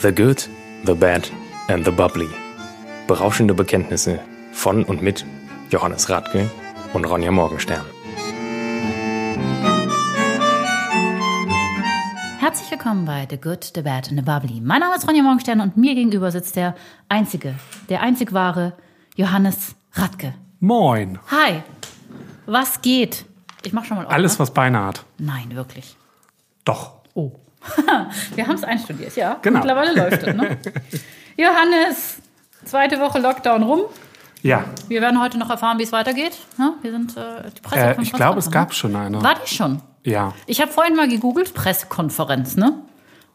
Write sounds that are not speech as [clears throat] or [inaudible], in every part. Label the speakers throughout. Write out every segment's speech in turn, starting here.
Speaker 1: The Good, The Bad and The Bubbly. Berauschende Bekenntnisse von und mit Johannes Radke und Ronja Morgenstern.
Speaker 2: Herzlich willkommen bei The Good, The Bad and The Bubbly. Mein Name ist Ronja Morgenstern und mir gegenüber sitzt der einzige, der einzig wahre Johannes Radke.
Speaker 3: Moin.
Speaker 2: Hi, was geht? Ich mach schon mal auf,
Speaker 3: Alles,
Speaker 2: ne?
Speaker 3: was Beine hat.
Speaker 2: Nein, wirklich.
Speaker 3: Doch.
Speaker 2: Oh. [laughs] Wir haben es einstudiert, ja.
Speaker 3: Genau.
Speaker 2: Mittlerweile läuft es,
Speaker 3: [laughs]
Speaker 2: ne? Johannes, zweite Woche Lockdown rum.
Speaker 3: Ja.
Speaker 2: Wir werden heute noch erfahren, wie es weitergeht. Ne? Wir sind äh, die Pressekonferenz.
Speaker 3: Äh, ich glaube, es
Speaker 2: ne?
Speaker 3: gab schon eine.
Speaker 2: War die schon?
Speaker 3: Ja.
Speaker 2: Ich habe vorhin mal gegoogelt, Pressekonferenz, ne?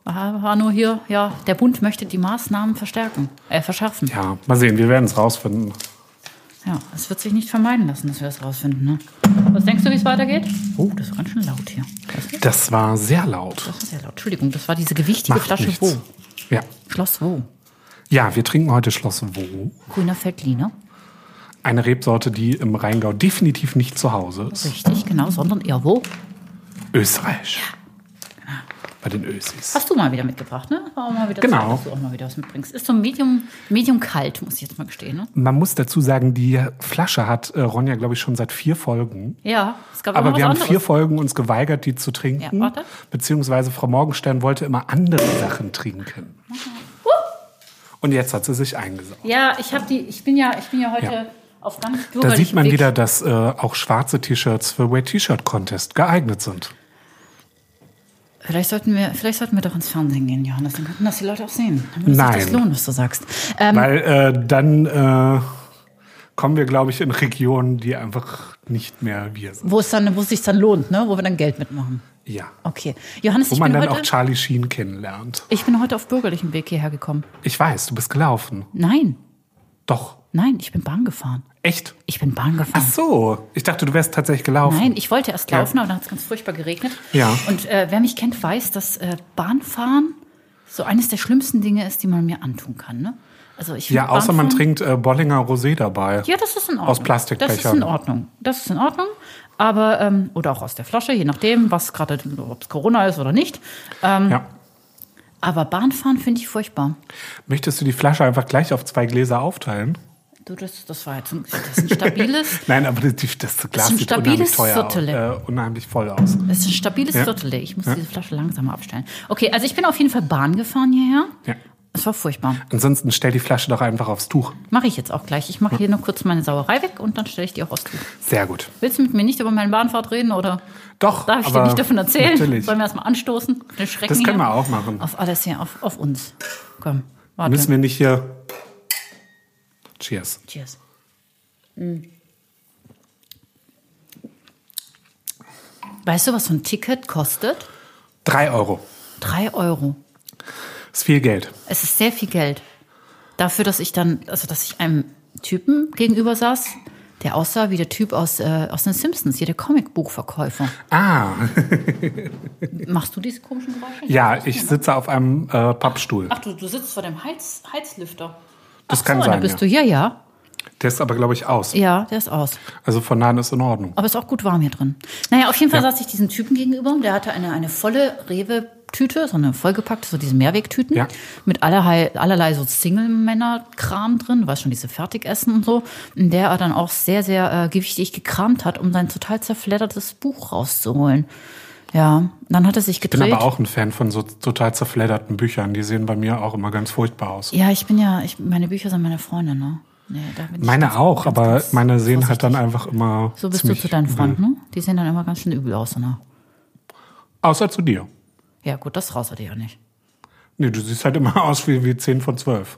Speaker 2: War war nur hier, ja, der Bund möchte die Maßnahmen verstärken, äh, verschärfen. Ja.
Speaker 3: Ja. Mal sehen, wir werden es rausfinden.
Speaker 2: es wird sich nicht vermeiden lassen, dass wir das rausfinden, ne? Was denkst du, wie es weitergeht? Oh, das ist ganz schön laut hier. Weißt du?
Speaker 3: Das war sehr laut.
Speaker 2: Das ist sehr laut. Entschuldigung, das war diese gewichtige
Speaker 3: Macht
Speaker 2: Flasche
Speaker 3: nichts.
Speaker 2: Wo.
Speaker 3: Ja.
Speaker 2: Schloss Wo.
Speaker 3: ja, wir trinken heute Schloss Wo.
Speaker 2: Grüner ne? Feldliner.
Speaker 3: Eine Rebsorte, die im Rheingau definitiv nicht zu Hause ist.
Speaker 2: Richtig, genau, sondern eher wo.
Speaker 3: Österreich. Bei den Ösis.
Speaker 2: Hast du mal wieder mitgebracht, ne? War auch mal wieder
Speaker 3: Genau.
Speaker 2: Zeit, dass du auch mal wieder was mitbringst. Ist so medium, medium kalt, muss ich jetzt mal gestehen, ne?
Speaker 3: Man muss dazu sagen, die Flasche hat äh, Ronja, glaube ich, schon seit vier Folgen.
Speaker 2: Ja, es gab
Speaker 3: Aber
Speaker 2: immer was
Speaker 3: wir haben
Speaker 2: anderes.
Speaker 3: vier Folgen uns geweigert, die zu trinken.
Speaker 2: Ja, warte.
Speaker 3: Beziehungsweise Frau Morgenstern wollte immer andere Sachen trinken. Und jetzt hat sie sich eingesaugt.
Speaker 2: ja, ich habe die, ich bin ja, ich bin ja heute
Speaker 3: Ja.
Speaker 2: auf ganz
Speaker 3: Da sieht
Speaker 2: bürgerlichem
Speaker 3: man
Speaker 2: Weg.
Speaker 3: wieder, dass äh, auch schwarze T-Shirts für Wear T-Shirt Contest geeignet sind.
Speaker 2: Vielleicht sollten wir, vielleicht sollten wir doch ins Fernsehen gehen, Johannes. Dann könnten das die Leute auch sehen. Dann würde
Speaker 3: Nein.
Speaker 2: sich das lohnen, was du sagst. Ähm,
Speaker 3: Weil äh, dann äh, kommen wir, glaube ich, in Regionen, die einfach nicht mehr wir sind.
Speaker 2: wo es dann, wo es sich dann lohnt, ne? Wo wir dann Geld mitmachen.
Speaker 3: Ja.
Speaker 2: Okay, Johannes,
Speaker 3: Wo
Speaker 2: ich
Speaker 3: man
Speaker 2: bin
Speaker 3: dann auch
Speaker 2: heute,
Speaker 3: Charlie Sheen kennenlernt.
Speaker 2: ich bin heute auf bürgerlichem Weg hierher gekommen.
Speaker 3: Ich weiß, du bist gelaufen.
Speaker 2: Nein,
Speaker 3: Doch.
Speaker 2: nein, ich bin Bahn gefahren.
Speaker 3: Echt?
Speaker 2: Ich bin Bahn
Speaker 3: Ach
Speaker 2: gefahren.
Speaker 3: so. Ich dachte, du wärst tatsächlich gelaufen.
Speaker 2: Nein, ich wollte erst
Speaker 3: Ja.
Speaker 2: laufen, aber dann hat es ganz furchtbar geregnet.
Speaker 3: Ja.
Speaker 2: Und äh, wer mich kennt, weiß, dass äh, Bahnfahren so eines der schlimmsten Dinge ist, die man mir antun kann. Ne? Also ich
Speaker 3: Ja,
Speaker 2: find
Speaker 3: außer man
Speaker 2: Bahnfahren-
Speaker 3: trinkt äh, Bollinger Rosé dabei.
Speaker 2: Ja, das ist in Ordnung.
Speaker 3: Aus Plastikbechern.
Speaker 2: Das ist in Ordnung. Das ist in Ordnung. Aber, ähm, oder auch aus der Flasche, je nachdem, was gerade, ob es Corona ist oder nicht. Ähm,
Speaker 3: Ja.
Speaker 2: aber Bahnfahren finde ich furchtbar.
Speaker 3: Möchtest du die Flasche einfach gleich auf zwei Gläser aufteilen?
Speaker 2: Du, das, das war jetzt ein, das ist ein stabiles,
Speaker 3: [laughs] Nein, aber das, die- das Glas
Speaker 2: ein
Speaker 3: sieht unheimlich,
Speaker 2: stabiles
Speaker 3: teuer aus,
Speaker 2: Sotele.
Speaker 3: äh, unheimlich voll aus.
Speaker 2: das ist ein stabiles
Speaker 3: Ja.
Speaker 2: Viertel. Ich muss
Speaker 3: Ja.
Speaker 2: diese Flasche langsam abstellen. Okay, also ich bin auf jeden Fall Bahn gefahren hierher.
Speaker 3: Ja.
Speaker 2: Es war furchtbar.
Speaker 3: Ansonsten stell die Flasche doch einfach aufs Tuch.
Speaker 2: Mache ich jetzt auch gleich. Ich mache hier nur kurz meine Sauerei weg und dann stelle ich die auch aus. Tuch.
Speaker 3: Sehr gut.
Speaker 2: Willst du mit mir nicht über meine Bahnfahrt reden oder
Speaker 3: Doch.
Speaker 2: darf ich dir
Speaker 3: aber
Speaker 2: nicht davon erzählen?
Speaker 3: Natürlich.
Speaker 2: Sollen wir erstmal anstoßen? Den Schrecken
Speaker 3: Das können
Speaker 2: hier?
Speaker 3: wir auch machen.
Speaker 2: Auf alles hier, auf, auf uns. Komm, warte.
Speaker 3: Müssen wir nicht hier. Cheers.
Speaker 2: Cheers. Mm. Weißt du, was so ein Ticket kostet?
Speaker 3: Drei Euro.
Speaker 2: Drei Euro.
Speaker 3: Ist viel Geld.
Speaker 2: Es ist sehr viel Geld. Dafür, dass ich dann, also dass ich einem Typen gegenüber saß, der aussah wie der Typ aus, äh, aus den Simpsons, hier der Comicbuchverkäufer.
Speaker 3: Ah, [laughs]
Speaker 2: Machst du diese komischen Geräusche?
Speaker 3: ja, ich sitze auf einem äh, Pappstuhl.
Speaker 2: Ach, du, du sitzt vor dem Heiz, Heizlüfter.
Speaker 3: Das
Speaker 2: Ach
Speaker 3: kann
Speaker 2: so,
Speaker 3: sein,
Speaker 2: Da bist
Speaker 3: ja.
Speaker 2: du hier, ja.
Speaker 3: Der ist aber, glaube ich, aus.
Speaker 2: Ja, der ist aus.
Speaker 3: Also von daher ist in Ordnung.
Speaker 2: Aber ist auch gut warm hier drin. Naja, auf jeden Fall
Speaker 3: Ja.
Speaker 2: saß ich diesem Typen gegenüber. Der hatte eine, eine volle Rewe-Tüte, so eine vollgepackte, so diese Mehrwegtüten.
Speaker 3: Ja.
Speaker 2: Mit allerlei, allerlei so Single-Männer-Kram drin. Du weißt schon, diese Fertigessen und so. In der er dann auch sehr, sehr äh, gewichtig gekramt hat, um sein total zerfleddertes Buch rauszuholen. Ja, dann hat er sich
Speaker 3: Ich bin
Speaker 2: gedreht.
Speaker 3: aber auch ein Fan von so total zerfledderten Büchern. Die sehen bei mir auch immer ganz furchtbar aus.
Speaker 2: ja, ich bin ja, ich, meine Bücher sind meine Freunde, ne? Nee, da bin ich
Speaker 3: Meine
Speaker 2: ganz-
Speaker 3: auch,
Speaker 2: ganz,
Speaker 3: aber
Speaker 2: ganz
Speaker 3: meine sehen halt dann
Speaker 2: vorsichtig.
Speaker 3: einfach immer.
Speaker 2: So bist du
Speaker 3: ziemlich
Speaker 2: zu deinen
Speaker 3: übel.
Speaker 2: Freunden, ne? Die sehen dann immer ganz schön übel aus, ne?
Speaker 3: Außer zu dir.
Speaker 2: Ja, gut, das raus hat er ja nicht.
Speaker 3: Nee, du siehst halt immer [laughs] aus wie, wie 10 von 12.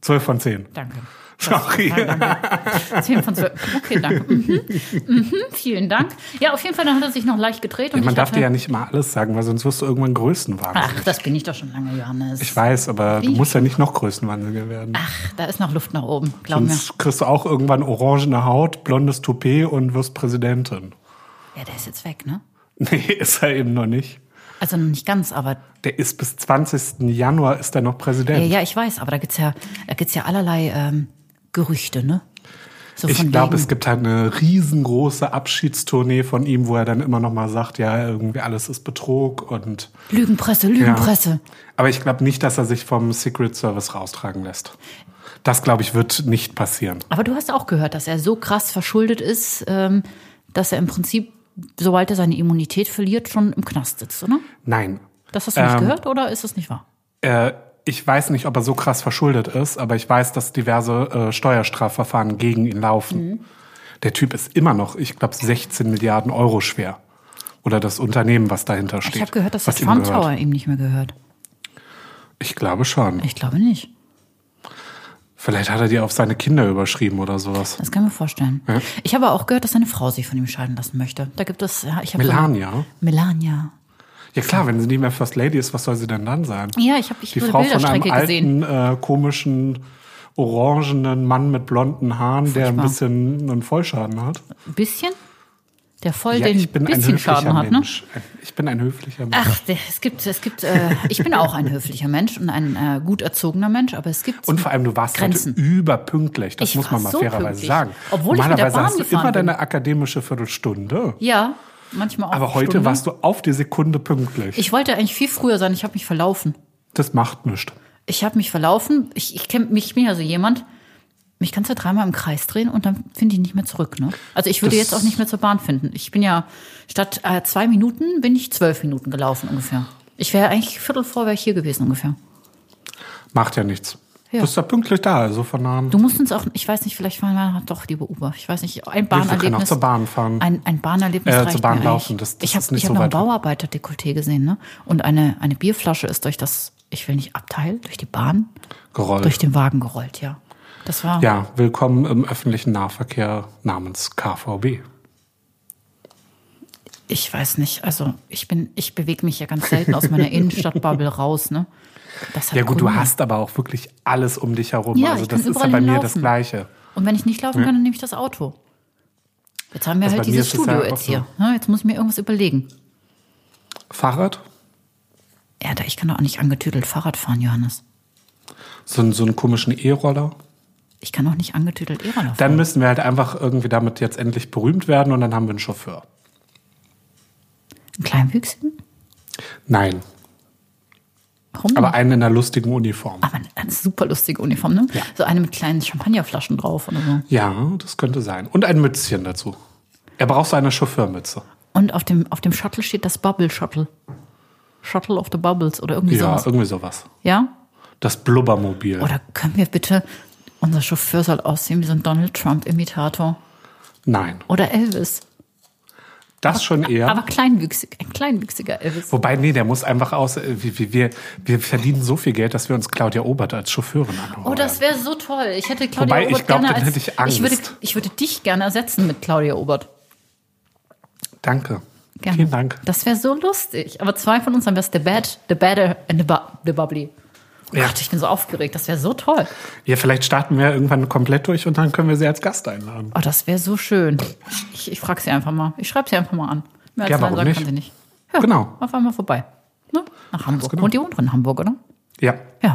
Speaker 3: 12 von 10.
Speaker 2: Danke.
Speaker 3: Sorry.
Speaker 2: Nein, danke. 10 von 12. Okay, danke. Mhm. Mhm, vielen Dank. Ja, auf jeden Fall, dann hat er sich noch leicht gedreht. Und
Speaker 3: Man
Speaker 2: ich
Speaker 3: darf dir
Speaker 2: dachte,
Speaker 3: ja nicht immer alles sagen, weil sonst wirst du irgendwann Größenwahnsinnig.
Speaker 2: Ach, das bin ich doch schon lange, Johannes.
Speaker 3: Ich weiß, aber du
Speaker 2: Wie?
Speaker 3: musst ja nicht noch Größenwahnsinniger werden.
Speaker 2: Ach, da ist noch Luft nach oben, glaub mir.
Speaker 3: Sonst kriegst du auch irgendwann orangene Haut, blondes Toupet und wirst Präsidentin. [laughs]
Speaker 2: Ja, der ist jetzt weg, ne?
Speaker 3: Nee, ist er eben noch nicht.
Speaker 2: Also noch nicht ganz, aber
Speaker 3: Der ist bis 20. Januar ist er noch
Speaker 2: ja,
Speaker 3: Präsident.
Speaker 2: ja ich weiß, aber da gibt's ja, da gibt's ja allerlei ähm, Gerüchte, ne? So von
Speaker 3: Ich glaube,
Speaker 2: wegen-
Speaker 3: es gibt halt eine riesengroße Abschiedstournee von ihm, wo er dann immer noch mal sagt, ja, irgendwie alles ist Betrug und
Speaker 2: Lügenpresse,
Speaker 3: ja.
Speaker 2: Lügenpresse.
Speaker 3: Aber ich glaube nicht, dass er sich vom Secret Service raustragen lässt. Das glaube ich wird nicht passieren.
Speaker 2: Aber du hast auch gehört, dass er so krass verschuldet ist, ähm, dass er im Prinzip, sobald er seine Immunität verliert, schon im Knast sitzt, oder?
Speaker 3: Nein.
Speaker 2: Das hast du nicht
Speaker 3: Ähm,
Speaker 2: gehört oder ist das nicht wahr?
Speaker 3: Äh, ich weiß nicht, ob er so krass verschuldet ist, aber ich weiß, dass diverse äh, Steuerstrafverfahren gegen ihn laufen.
Speaker 2: Mhm.
Speaker 3: Der Typ ist immer noch, ich glaube, 16 Milliarden Euro schwer. Oder das Unternehmen, was dahinter steht.
Speaker 2: Ich habe gehört, dass
Speaker 3: was
Speaker 2: der
Speaker 3: ihm
Speaker 2: Trump
Speaker 3: gehört.
Speaker 2: Tower ihm nicht mehr gehört.
Speaker 3: Ich glaube schon.
Speaker 2: Ich glaube nicht.
Speaker 3: Vielleicht hat er die auf seine Kinder überschrieben oder sowas.
Speaker 2: Das kann ich mir vorstellen. Ich habe auch gehört, dass seine Frau sich von ihm scheiden lassen möchte. Da gibt es. Ja, ich habe
Speaker 3: Melania?
Speaker 2: Melania.
Speaker 3: Ja klar, wenn sie nicht mehr First Lady ist, was soll sie denn dann sein?
Speaker 2: Ja, ich habe ich
Speaker 3: Die
Speaker 2: habe
Speaker 3: Frau von einem
Speaker 2: Bilderstrecke gesehen.
Speaker 3: alten, äh, komischen, orangenen Mann mit blonden Haaren, der ein
Speaker 2: Furchtbar.
Speaker 3: bisschen einen Vollschaden hat.
Speaker 2: Ein bisschen? Der voll
Speaker 3: Ja,
Speaker 2: den
Speaker 3: ich bin ein
Speaker 2: bisschen
Speaker 3: höflicher
Speaker 2: Schaden hat, ne?
Speaker 3: Mensch. Ich bin ein höflicher Mensch.
Speaker 2: Ach, der- es gibt, es gibt, äh, ich bin auch ein höflicher Mensch und ein äh, gut erzogener Mensch, aber es gibt.
Speaker 3: Und vor allem, du warst
Speaker 2: Grenzen.
Speaker 3: heute überpünktlich. Das
Speaker 2: Ich
Speaker 3: muss man
Speaker 2: war
Speaker 3: mal
Speaker 2: so
Speaker 3: fairerweise
Speaker 2: pünktlich.
Speaker 3: sagen.
Speaker 2: Obwohl ich mit der
Speaker 3: Normalerweise
Speaker 2: Bahn
Speaker 3: hast du
Speaker 2: gefahren
Speaker 3: immer
Speaker 2: bin.
Speaker 3: deine akademische Viertelstunde.
Speaker 2: ja, manchmal auch.
Speaker 3: Aber heute
Speaker 2: Stunden.
Speaker 3: warst du auf die Sekunde pünktlich.
Speaker 2: Ich wollte eigentlich viel früher sein, ich habe mich verlaufen.
Speaker 3: das macht nichts.
Speaker 2: Ich habe mich verlaufen. Ich, ich kenn mich, ich bin ja so jemand, mich kannst du dreimal im Kreis drehen und dann finde ich nicht mehr zurück. Ne? Also ich würde
Speaker 3: Das-
Speaker 2: jetzt auch nicht mehr zur Bahn finden. Ich bin ja statt äh, zwei Minuten bin ich zwölf Minuten gelaufen ungefähr. Ich wäre eigentlich Viertel vor wäre ich hier gewesen ungefähr.
Speaker 3: Macht ja nichts.
Speaker 2: Ja.
Speaker 3: Bist ja pünktlich da, also von daher.
Speaker 2: Du musst uns auch, ich weiß nicht, vielleicht fahren wir doch liebe Uber. Ich weiß nicht, ein
Speaker 3: können auch
Speaker 2: Bahnerlebnis.
Speaker 3: zur Bahn fahren.
Speaker 2: Ein, ein Bahnerlebnis
Speaker 3: Äh, zur
Speaker 2: reicht
Speaker 3: Bahn
Speaker 2: mir
Speaker 3: laufen,
Speaker 2: eigentlich.
Speaker 3: das- das
Speaker 2: ich habe
Speaker 3: ist nicht
Speaker 2: ich
Speaker 3: so
Speaker 2: hab noch ein
Speaker 3: weit weg.
Speaker 2: Bauarbeiter-Dekolleté gesehen, ne? Und eine, eine Bierflasche ist durch das, ich will nicht Abteil, durch die Bahn,
Speaker 3: Gerollt.
Speaker 2: durch den Wagen gerollt, ja. Das war.
Speaker 3: Ja, willkommen im öffentlichen Nahverkehr namens KVB.
Speaker 2: Ich weiß nicht, also ich bin, ich bewege mich ja ganz selten aus
Speaker 3: [laughs]
Speaker 2: meiner Innenstadtbubble raus, ne? Das hat
Speaker 3: Ja gut, du
Speaker 2: Gründe.
Speaker 3: hast aber auch wirklich alles um dich herum.
Speaker 2: Ja,
Speaker 3: also
Speaker 2: ich kann
Speaker 3: das ist ja
Speaker 2: überall
Speaker 3: bei mir
Speaker 2: hinlaufen.
Speaker 3: das Gleiche.
Speaker 2: Und wenn ich nicht laufen kann, dann nehme ich das Auto. Jetzt haben wir
Speaker 3: Also bei
Speaker 2: halt
Speaker 3: mir
Speaker 2: dieses
Speaker 3: ist das
Speaker 2: Studio
Speaker 3: ja auch
Speaker 2: jetzt hier. ne? Jetzt muss ich mir irgendwas überlegen.
Speaker 3: Fahrrad?
Speaker 2: Ja, da ich kann doch auch nicht angetüdelt Fahrrad fahren, Johannes.
Speaker 3: So, einen- so einen komischen E-Roller?
Speaker 2: Ich kann auch nicht angetüdelt E-Roller fahren.
Speaker 3: Dann müssen wir halt einfach irgendwie damit jetzt endlich berühmt werden und dann haben wir einen Chauffeur.
Speaker 2: Ein Kleinwüchsigen?
Speaker 3: Nein,
Speaker 2: Warum?
Speaker 3: aber
Speaker 2: nicht?
Speaker 3: einen in einer lustigen Uniform.
Speaker 2: aber eine, ne? Ah, eine super lustige Uniform, ne?
Speaker 3: Ja.
Speaker 2: So eine mit kleinen Champagnerflaschen drauf oder so.
Speaker 3: Ja, das könnte sein. Und ein Mützchen dazu. Er braucht so eine Chauffeurmütze.
Speaker 2: Und auf dem, auf dem Shuttle steht das Bubble Shuttle. Shuttle of the Bubbles oder irgendwie
Speaker 3: Ja,
Speaker 2: sowas.
Speaker 3: irgendwie sowas.
Speaker 2: Ja?
Speaker 3: Das Blubbermobil.
Speaker 2: Oder können wir bitte, unser Chauffeur soll aussehen wie so ein Donald Trump-Imitator.
Speaker 3: Nein,
Speaker 2: Oder Elvis.
Speaker 3: das schon eher.
Speaker 2: Aber kleinwüchsig, ein kleinwüchsiger Elvis.
Speaker 3: Wobei, nee, der muss einfach aus. äh, Wir, wir, wir, wir verdienen so viel Geld, dass wir uns Claudia Obert als Chauffeurin anholen.
Speaker 2: Oh, das wäre so toll. Ich hätte Claudia
Speaker 3: Wobei, ich
Speaker 2: Obert
Speaker 3: glaub,
Speaker 2: gerne
Speaker 3: dann
Speaker 2: als,
Speaker 3: hätte ich Angst.
Speaker 2: Ich, würde, ich würde dich gerne ersetzen mit Claudia Obert.
Speaker 3: Danke.
Speaker 2: Gerne.
Speaker 3: Vielen Dank.
Speaker 2: Das wäre so lustig. Aber zwei von uns haben das The Bad, The Better and The, Bu the Bubbly.
Speaker 3: Ja.
Speaker 2: Gott, ich bin so aufgeregt. Das wäre so toll.
Speaker 3: Ja, vielleicht starten wir irgendwann komplett durch und dann können wir sie als Gast einladen.
Speaker 2: Oh, das wäre so schön. Ich, ich frage sie einfach mal. Ich schreibe sie einfach mal an. Mehr
Speaker 3: Ja,
Speaker 2: als nein
Speaker 3: warum
Speaker 2: sagen
Speaker 3: nicht?
Speaker 2: kann sie nicht. Ja,
Speaker 3: Genau.
Speaker 2: Auf einmal vorbei. Ne? Nach Hamburg.
Speaker 3: genau.
Speaker 2: Und die unten in Hamburg, oder?
Speaker 3: Ja,
Speaker 2: Ja.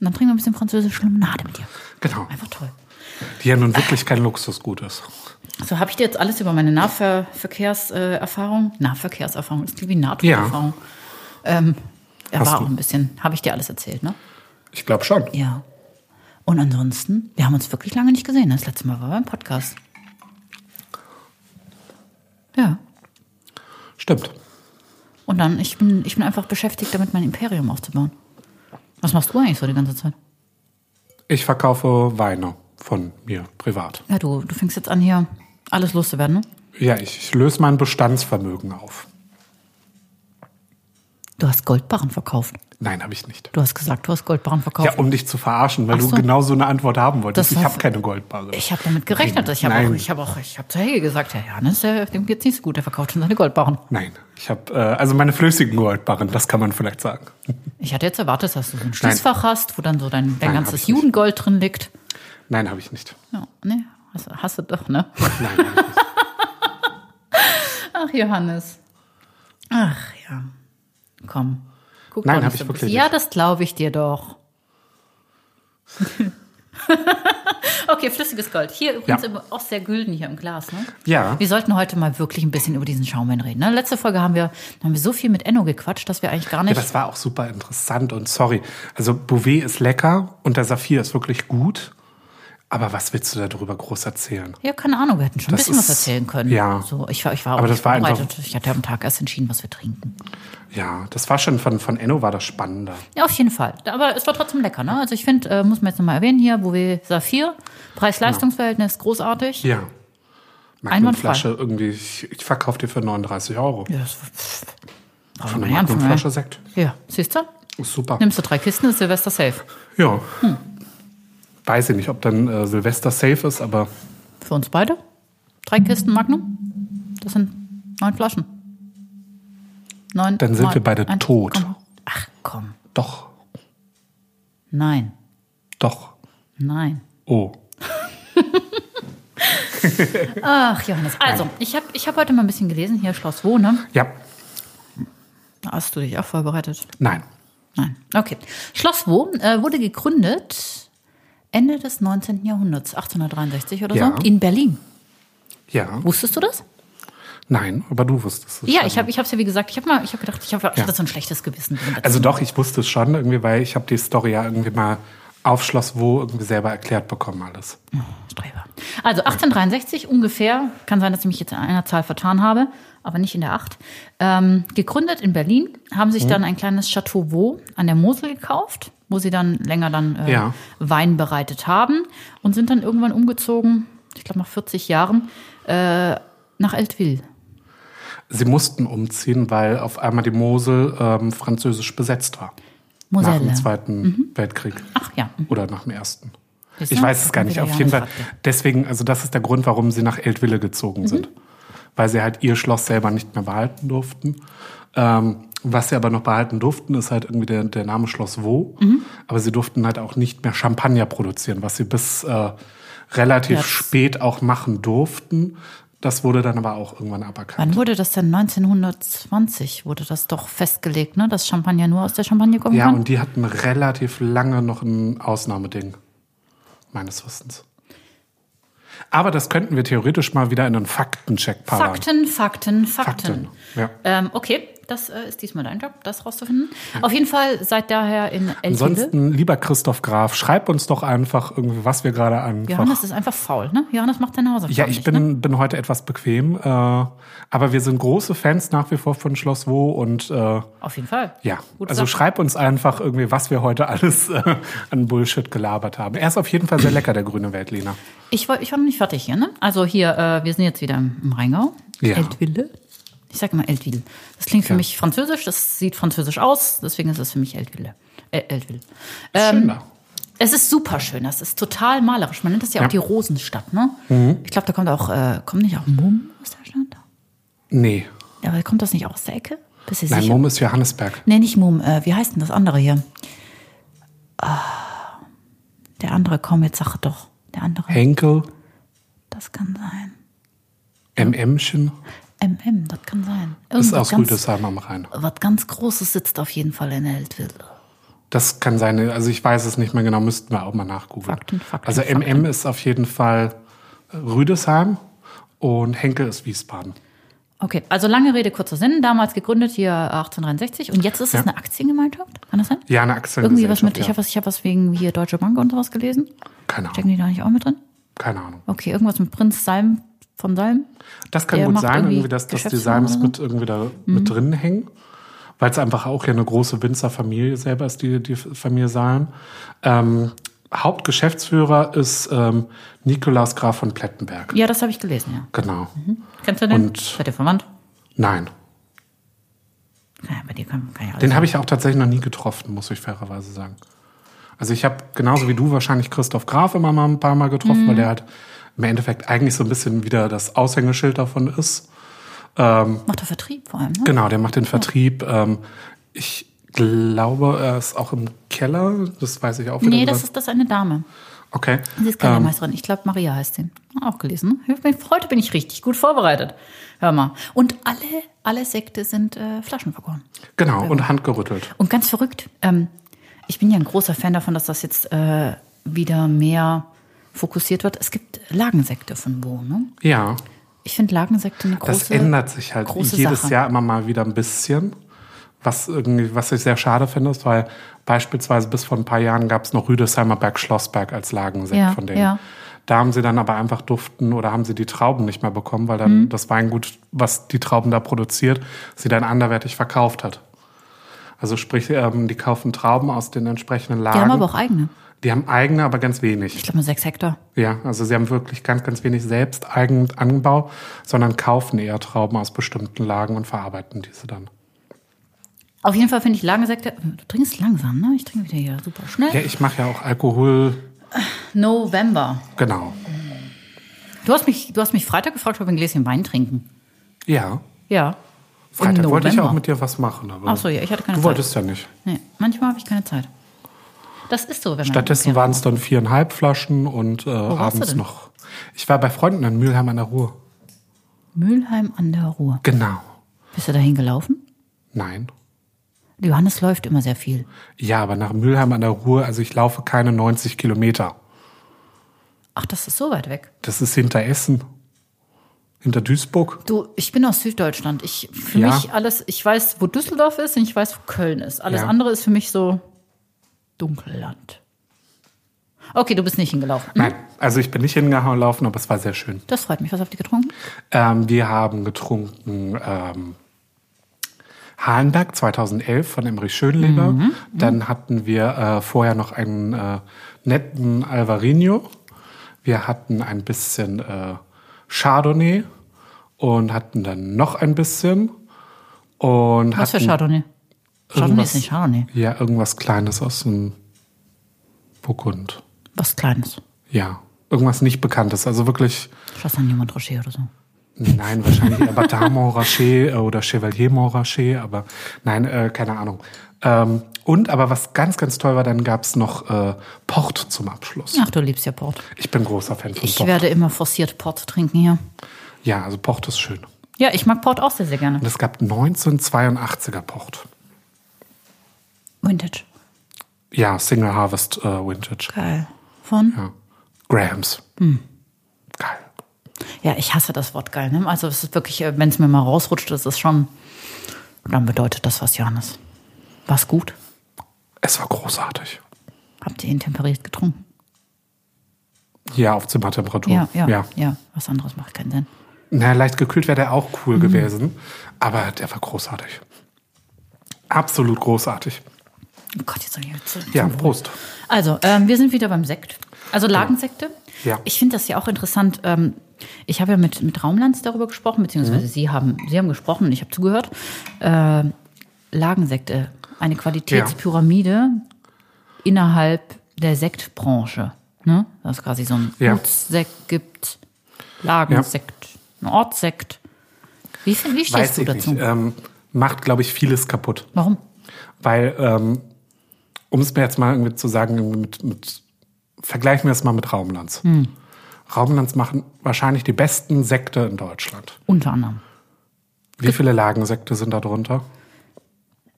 Speaker 2: Und dann trinken wir ein bisschen französische Limonade mit dir.
Speaker 3: genau.
Speaker 2: Einfach toll.
Speaker 3: Die ja nun wirklich kein Luxusgut ist.
Speaker 2: So, habe ich dir jetzt alles über meine Nahverkehrserfahrung, Nahverkehrserfahrung, das klingt wie NATO-Erfahrung, ähm,
Speaker 3: Hast
Speaker 2: Erfahrung
Speaker 3: du.
Speaker 2: ein bisschen, habe ich dir alles erzählt, ne?
Speaker 3: Ich glaube schon.
Speaker 2: Ja. Und ansonsten, wir haben uns wirklich lange nicht gesehen. Das letzte Mal war beim Podcast. Ja.
Speaker 3: Stimmt.
Speaker 2: Und dann, ich bin, ich bin einfach beschäftigt damit, mein Imperium aufzubauen. Was machst du eigentlich so die ganze Zeit?
Speaker 3: Ich verkaufe Weine von mir privat.
Speaker 2: Ja, du, du fängst jetzt an, hier alles loszuwerden, ne?
Speaker 3: Ja, ich, ich löse mein Bestandsvermögen auf.
Speaker 2: Du hast Goldbarren verkauft.
Speaker 3: Nein, habe ich nicht.
Speaker 2: Du hast gesagt, du hast Goldbarren verkauft.
Speaker 3: Ja, um dich zu verarschen, weil
Speaker 2: Ach so.
Speaker 3: du genau so eine Antwort haben wolltest.
Speaker 2: Das
Speaker 3: ich
Speaker 2: war-
Speaker 3: habe keine Goldbarre.
Speaker 2: Ich habe damit gerechnet. Ich habe
Speaker 3: Nein.
Speaker 2: auch, ich habe auch, ich habe zu Helge gesagt, Herr Johannes, der, dem geht's nicht so gut. Der verkauft schon seine Goldbarren.
Speaker 3: Nein, ich habe äh, also meine flüssigen Goldbarren, das kann man vielleicht sagen.
Speaker 2: Ich hatte jetzt erwartet, dass du so ein Schließfach hast, wo dann so dein, dein
Speaker 3: Nein, hab
Speaker 2: ganzes
Speaker 3: ich nicht.
Speaker 2: Judengold drin liegt.
Speaker 3: Nein, habe ich nicht.
Speaker 2: Ja, ne, hast, hast du doch, ne?
Speaker 3: Nein, hab ich nicht.
Speaker 2: Ach, Johannes. Ach ja. Komm. Guck
Speaker 3: Nein,
Speaker 2: doch nicht
Speaker 3: hab ich
Speaker 2: so
Speaker 3: wirklich
Speaker 2: böse. Ja, das glaube ich dir doch. [laughs] Okay, flüssiges Gold. Hier übrigens
Speaker 3: Ja.
Speaker 2: im, auch sehr gülden hier im Glas. Ne?
Speaker 3: Ja.
Speaker 2: Wir sollten heute mal wirklich ein bisschen über diesen Schaumwein reden. Ne? Letzte Folge haben wir, da haben wir so viel mit Enno gequatscht, dass wir eigentlich gar
Speaker 3: Ja,
Speaker 2: nicht.
Speaker 3: das war auch super interessant und sorry. Also Bouvet ist lecker und der Saphir ist wirklich gut. Aber was willst du da drüber groß erzählen?
Speaker 2: Ja, keine Ahnung, wir hätten schon ein
Speaker 3: Das
Speaker 2: bisschen was
Speaker 3: ist-
Speaker 2: erzählen können.
Speaker 3: ja.
Speaker 2: So, ich war, ich war
Speaker 3: Aber
Speaker 2: auch
Speaker 3: das
Speaker 2: nicht
Speaker 3: war einfach-
Speaker 2: vorbereitet. Ich hatte am Tag erst entschieden, was wir trinken.
Speaker 3: Ja, das war schon von, von Enno war das spannender.
Speaker 2: Ja, auf jeden Fall. Aber es war trotzdem lecker, ne? Also ich finde, äh, muss man jetzt nochmal erwähnen hier, wo wir Saphir, Preis-Leistungs-Verhältnis, großartig. Ja.
Speaker 3: Genau. Ja.
Speaker 2: Einwandfrei.
Speaker 3: Magnumflasche irgendwie, ich, ich verkaufe dir für 39 Euro.
Speaker 2: das pff, brauchen wir
Speaker 3: Von einer
Speaker 2: nicht anfangen,
Speaker 3: Magnumflasche Sekt.
Speaker 2: ey. Ja, siehst du?
Speaker 3: Ist super.
Speaker 2: Nimmst Hm. du drei Kisten, ist Silvester safe.
Speaker 3: Ja. Weiß ich nicht, ob dann äh, Silvester safe ist, aber
Speaker 2: Für uns beide. Drei Kisten Magnum. Das sind neun Flaschen. Neun.
Speaker 3: Dann sind
Speaker 2: neun,
Speaker 3: wir beide
Speaker 2: eins,
Speaker 3: tot.
Speaker 2: komm. Ach komm.
Speaker 3: doch,
Speaker 2: Nein.
Speaker 3: doch.
Speaker 2: Nein.
Speaker 3: Oh.
Speaker 2: Ach, Johannes. Also, ich habe ich hab heute mal ein bisschen gelesen, hier Schloss Wohne.
Speaker 3: Ja,
Speaker 2: Hast du dich auch vorbereitet?
Speaker 3: nein.
Speaker 2: Nein. Okay. Schloss Wo äh, wurde gegründet Ende des 19. Jahrhunderts, 1863 oder
Speaker 3: Ja.
Speaker 2: so, in Berlin.
Speaker 3: Ja,
Speaker 2: Wusstest du das?
Speaker 3: nein, aber du wusstest es.
Speaker 2: Ja,
Speaker 3: schon.
Speaker 2: ich habe ich hab's ja wie gesagt, ich habe mal ich habe gedacht, ich, hab, ich
Speaker 3: Ja.
Speaker 2: hatte so ein schlechtes Gewissen.
Speaker 3: Also doch, ich wusste es schon irgendwie, weil ich habe die Story ja irgendwie mal auf Schloss Wo irgendwie selber erklärt bekommen alles.
Speaker 2: Streber. Also 1863 ungefähr, kann sein, dass ich mich jetzt in einer Zahl vertan habe, aber nicht in der 8. Ähm, gegründet in Berlin, haben
Speaker 3: Mhm.
Speaker 2: sich dann ein kleines Chateau Vaux an der Mosel gekauft, wo sie dann länger dann äh,
Speaker 3: Ja.
Speaker 2: Wein bereitet haben und sind dann irgendwann umgezogen, ich glaube nach 40 Jahren, äh, nach Eltville.
Speaker 3: Sie mussten umziehen, weil auf einmal die Mosel ähm, französisch besetzt war. Nach
Speaker 2: Moselle. Mhm.
Speaker 3: dem Zweiten Weltkrieg.
Speaker 2: Ach ja. mhm.
Speaker 3: Oder nach dem Ersten.
Speaker 2: Siehst
Speaker 3: Ich
Speaker 2: du?
Speaker 3: weiß es gar nicht.
Speaker 2: Wieder
Speaker 3: Auf jeden Fall.
Speaker 2: Johannes
Speaker 3: Deswegen, also das ist der Grund, warum sie nach Eltville gezogen sind. Weil sie halt ihr Schloss selber nicht mehr behalten durften. Ähm, was sie aber noch behalten durften, ist halt irgendwie der, der Name Schloss Wo. Aber sie durften halt auch nicht mehr Champagner produzieren, was sie bis äh, relativ
Speaker 2: Jetzt.
Speaker 3: spät auch machen durften. Das wurde dann aber auch irgendwann aberkannt.
Speaker 2: Wann wurde das denn? 1920 wurde das doch festgelegt, ne? dass Champagner nur aus der Champagne kommen
Speaker 3: Ja,
Speaker 2: kann.
Speaker 3: und die hatten relativ lange noch ein Ausnahmeding, meines Wissens. Aber das könnten wir theoretisch mal wieder in einen Faktencheck paaren.
Speaker 2: Fakten, Fakten, Fakten.
Speaker 3: Fakten, ja.
Speaker 2: Ähm, okay, das äh, ist diesmal dein Job, das rauszufinden. Auf jeden Fall seid daher in Eltville.
Speaker 3: Ansonsten, lieber Christoph Graf, schreib uns doch einfach irgendwie, was wir gerade einfach.
Speaker 2: Johannes ist einfach faul, ne? Johannes macht seine Hausaufgaben
Speaker 3: ja, ich
Speaker 2: nicht,
Speaker 3: bin,
Speaker 2: Ne?
Speaker 3: bin heute etwas bequem, äh, aber wir sind große Fans nach wie vor von Schloss Wo und äh, ja,
Speaker 2: Auf jeden Fall. Gute
Speaker 3: also
Speaker 2: Sache.
Speaker 3: schreib uns einfach irgendwie, was wir heute alles äh, an Bullshit gelabert haben. Er ist auf jeden
Speaker 2: [clears throat]
Speaker 3: Fall sehr lecker, der grüne Weltliner.
Speaker 2: Ich war, ich war noch nicht fertig hier, ne? Also hier, äh, wir sind jetzt wieder im, im Rheingau.
Speaker 3: Ja.
Speaker 2: Eltville. Ich sage immer Eltville. Das klingt für
Speaker 3: Ja.
Speaker 2: mich französisch, das sieht französisch aus, deswegen ist es für mich Eltville. Äh, Eltville.
Speaker 3: Ähm, Schöner.
Speaker 2: Es ist super schön, das ist total malerisch. Man nennt das ja,
Speaker 3: Ja. Mhm.
Speaker 2: auch die Rosenstadt, ne? Ich glaube, da kommt auch, äh, kommt nicht auch Mumm aus der Stadt?
Speaker 3: Nee,
Speaker 2: Ja, aber kommt das nicht aus der Ecke? Bist du
Speaker 3: nein,
Speaker 2: sicher?
Speaker 3: Mom ist Johannesberg.
Speaker 2: Nee, nicht Mum. Äh, wie heißt denn das andere hier? Ah, der andere, komm, jetzt sag doch. Der andere,
Speaker 3: Henkel,
Speaker 2: das kann sein.
Speaker 3: MMchen,
Speaker 2: MM, das kann sein.
Speaker 3: ist
Speaker 2: Irgendwas
Speaker 3: aus
Speaker 2: ganz-
Speaker 3: Rüdesheim am Rhein.
Speaker 2: Was ganz Großes sitzt auf jeden Fall in Eltville.
Speaker 3: Das kann sein, also ich weiß es nicht mehr genau, müssten wir auch mal nachgoogeln.
Speaker 2: Fakten, Fakten,
Speaker 3: also
Speaker 2: Fakten.
Speaker 3: MM ist auf jeden Fall äh, Rüdesheim und Henkel ist Wiesbaden.
Speaker 2: Okay, also lange Rede, kurzer Sinn. Damals gegründet hier 1863 und jetzt ist
Speaker 3: Ja.
Speaker 2: es eine Aktiengemeinschaft? Kann das sein?
Speaker 3: Ja, eine Aktiengesellschaft.
Speaker 2: Irgendwie was mit,
Speaker 3: ja.
Speaker 2: ich habe was, ich hab was wegen hier Deutsche Bank und sowas gelesen.
Speaker 3: Keine
Speaker 2: Stecken
Speaker 3: Ahnung.
Speaker 2: die da nicht auch mit drin?
Speaker 3: Keine Ahnung.
Speaker 2: Okay, irgendwas mit Prinz Salm von Salm?
Speaker 3: Das kann
Speaker 2: Der
Speaker 3: gut
Speaker 2: macht
Speaker 3: sein,
Speaker 2: irgendwie
Speaker 3: irgendwie, dass, dass die
Speaker 2: Geschäftsführer oder so. Mhm.
Speaker 3: Salms mit irgendwie da mit drin hängen. Weil es einfach auch ja eine große Winzerfamilie selber ist, die, die Familie Salm. Ähm, Hauptgeschäftsführer ist ähm, Nikolaus Graf von Plettenberg.
Speaker 2: Ja, Mhm. das habe ich gelesen, ja.
Speaker 3: Genau.
Speaker 2: Kennst du den?
Speaker 3: Und-
Speaker 2: Seid ihr verwandt?
Speaker 3: Nein.
Speaker 2: Ja, bei dir kann, kann ja alles
Speaker 3: Den
Speaker 2: sein.
Speaker 3: habe ich auch tatsächlich noch nie getroffen, muss ich fairerweise sagen. Also ich habe genauso wie du wahrscheinlich Christoph Graf immer mal ein paar Mal getroffen,
Speaker 2: Mhm.
Speaker 3: weil der halt im Endeffekt eigentlich so ein bisschen wieder das Aushängeschild davon ist.
Speaker 2: Macht er Vertrieb vor allem, ne?
Speaker 3: Genau, der macht den Vertrieb. Ähm, ich glaube, er ist auch im Keller. Das weiß ich auch wieder.
Speaker 2: Nee, das
Speaker 3: über-
Speaker 2: ist das ist eine Dame.
Speaker 3: okay. Ähm,
Speaker 2: Sie ist keine Meisterin. Ich glaube, Maria heißt sie. Auch gelesen. Ich bin, heute bin ich richtig gut vorbereitet. Hör mal. Und alle, alle Sekte sind äh, Flaschenvergoren.
Speaker 3: Genau, und handgerüttelt.
Speaker 2: Und ganz verrückt, ähm, ich bin ja ein großer Fan davon, dass das jetzt äh, wieder mehr fokussiert wird. Es gibt Lagensekte von Bo, ne?
Speaker 3: Ja,
Speaker 2: Ich finde Lagensekte eine große
Speaker 3: das ändert sich halt
Speaker 2: große
Speaker 3: jedes
Speaker 2: Sache.
Speaker 3: Jahr immer mal wieder ein bisschen. Was, irgendwie, was ich sehr schade finde, ist, weil beispielsweise bis vor ein paar Jahren gab es noch Rüdesheimer Berg Schlossberg als Lagensekt
Speaker 2: Ja,
Speaker 3: von denen.
Speaker 2: ja.
Speaker 3: Da haben sie dann aber einfach Duften oder haben sie die Trauben nicht mehr bekommen, weil
Speaker 2: Mhm.
Speaker 3: dann das Weingut, was die Trauben da produziert, sie dann anderwertig verkauft hat. Also sprich, ähm, die kaufen Trauben aus den entsprechenden Lagen.
Speaker 2: Die haben aber auch eigene.
Speaker 3: die haben eigene, aber ganz wenig.
Speaker 2: Ich glaube nur sechs Hektar.
Speaker 3: Ja, also sie haben wirklich ganz, ganz wenig selbst eigenen Anbau, sondern kaufen eher Trauben aus bestimmten Lagen und verarbeiten diese dann.
Speaker 2: Auf jeden Fall finde ich Lagensekte. Du trinkst langsam, ne? Ich trinke wieder hier super schnell.
Speaker 3: Ja, ich mache ja auch Alkohol,
Speaker 2: November.
Speaker 3: genau.
Speaker 2: Du hast, mich, du hast mich Freitag gefragt, ob wir ein Gläschen Wein trinken.
Speaker 3: Ja,
Speaker 2: Ja.
Speaker 3: Freitag
Speaker 2: Im
Speaker 3: wollte ich ja auch
Speaker 2: November.
Speaker 3: mit dir was machen. Aber
Speaker 2: Ach so, ja, ich hatte keine
Speaker 3: Du
Speaker 2: Zeit.
Speaker 3: wolltest ja nicht.
Speaker 2: Nee, manchmal habe ich keine Zeit. Das ist so, wenn man.
Speaker 3: Stattdessen
Speaker 2: Okay.
Speaker 3: waren es dann viereinhalb Flaschen und äh,
Speaker 2: warst du
Speaker 3: abends
Speaker 2: denn?
Speaker 3: noch. Ich war bei Freunden in Mülheim an der Ruhr.
Speaker 2: Mülheim an der Ruhr.
Speaker 3: Genau.
Speaker 2: Bist du dahin gelaufen?
Speaker 3: Nein.
Speaker 2: Johannes läuft immer sehr viel.
Speaker 3: Ja, aber nach Mülheim an der Ruhr, also ich laufe keine 90 Kilometer.
Speaker 2: Ach, das ist so weit weg.
Speaker 3: Das ist hinter Essen. Hinter Duisburg.
Speaker 2: Du, ich bin aus Süddeutschland. Ich, für
Speaker 3: Ja.
Speaker 2: mich alles, ich weiß, wo Düsseldorf ist und ich weiß, wo Köln ist. Alles
Speaker 3: Ja.
Speaker 2: andere ist für mich so Dunkelland. Okay, du bist nicht hingelaufen.
Speaker 3: Nein, also ich bin nicht hingehauen laufen, aber es war sehr schön.
Speaker 2: Das freut mich. Was habt ihr getrunken?
Speaker 3: Ähm, wir haben getrunken ähm, Halenberg 2011 von Emrich Schönleber.
Speaker 2: Mhm.
Speaker 3: Dann hatten wir äh, vorher noch einen äh, netten Alvarino. Wir hatten ein bisschen äh, Chardonnay und hatten dann noch ein bisschen. Und
Speaker 2: Was für
Speaker 3: hatten
Speaker 2: Chardonnay? Chardonnay
Speaker 3: irgendwas-
Speaker 2: ist nicht Chardonnay.
Speaker 3: Ja, irgendwas Kleines aus dem Burgund.
Speaker 2: Was Kleines.
Speaker 3: Ja, irgendwas nicht Bekanntes. Also wirklich
Speaker 2: Schloss an jemand Rocher oder so.
Speaker 3: Nein, wahrscheinlich aber Dame Rocher äh, oder Chevalier Rocher, aber nein, äh, keine Ahnung. Ähm, und aber was ganz, ganz toll war, dann gab's noch äh, Port zum Abschluss.
Speaker 2: Ach, du liebst ja Port.
Speaker 3: Ich bin großer Fan von
Speaker 2: Ich
Speaker 3: Port.
Speaker 2: werde immer forciert Port trinken hier.
Speaker 3: Ja, also Port ist schön. Und
Speaker 2: Ja, ich mag Port auch sehr, sehr gerne.
Speaker 3: es gab 1982er Port.
Speaker 2: Vintage.
Speaker 3: Ja, Single Harvest äh, Vintage.
Speaker 2: Geil. Von?
Speaker 3: Ja. Grahams.
Speaker 2: Hm.
Speaker 3: Geil.
Speaker 2: Ja, ich hasse das Wort geil. Ne? Also es ist wirklich, wenn es mir mal rausrutscht, das ist schon, dann bedeutet das was, Johannes. War's gut?
Speaker 3: Es war großartig.
Speaker 2: Habt ihr ihn temperiert getrunken?
Speaker 3: Ja, auf Zimmertemperatur.
Speaker 2: Ja, ja, ja. was anderes macht keinen Sinn.
Speaker 3: Na, leicht gekühlt wäre der auch cool
Speaker 2: Mhm.
Speaker 3: gewesen. Aber der war großartig. Absolut großartig.
Speaker 2: Oh Gott, jetzt soll ich jetzt
Speaker 3: Ja, Prost.
Speaker 2: Also, ähm, wir sind wieder beim Sekt. Also Lagensekte.
Speaker 3: Genau. Ja.
Speaker 2: Ich finde das ja auch interessant. Ähm, ich habe ja mit, mit Raumlands darüber gesprochen, beziehungsweise
Speaker 3: Mhm.
Speaker 2: Sie, haben, Sie haben gesprochen und ich habe zugehört. Äh, Lagensekte, eine Qualitätspyramide innerhalb der Sektbranche. Ne? Das ist quasi so ein
Speaker 3: Ja.
Speaker 2: Gutssekt gibt, Lagensekt, ein Ortssekt. Wie, viel- wie stehst
Speaker 3: Weiß
Speaker 2: du
Speaker 3: ich
Speaker 2: dazu?
Speaker 3: nicht. Ähm, macht, glaube ich, vieles kaputt.
Speaker 2: Warum?
Speaker 3: Weil, ähm, um es mir jetzt mal irgendwie zu sagen, irgendwie mit, mit, vergleichen wir es mal mit Raumlands.
Speaker 2: Hm.
Speaker 3: Raumlands machen wahrscheinlich die besten Sekte in Deutschland.
Speaker 2: Unter anderem.
Speaker 3: Wie viele Lagensekte sind da drunter?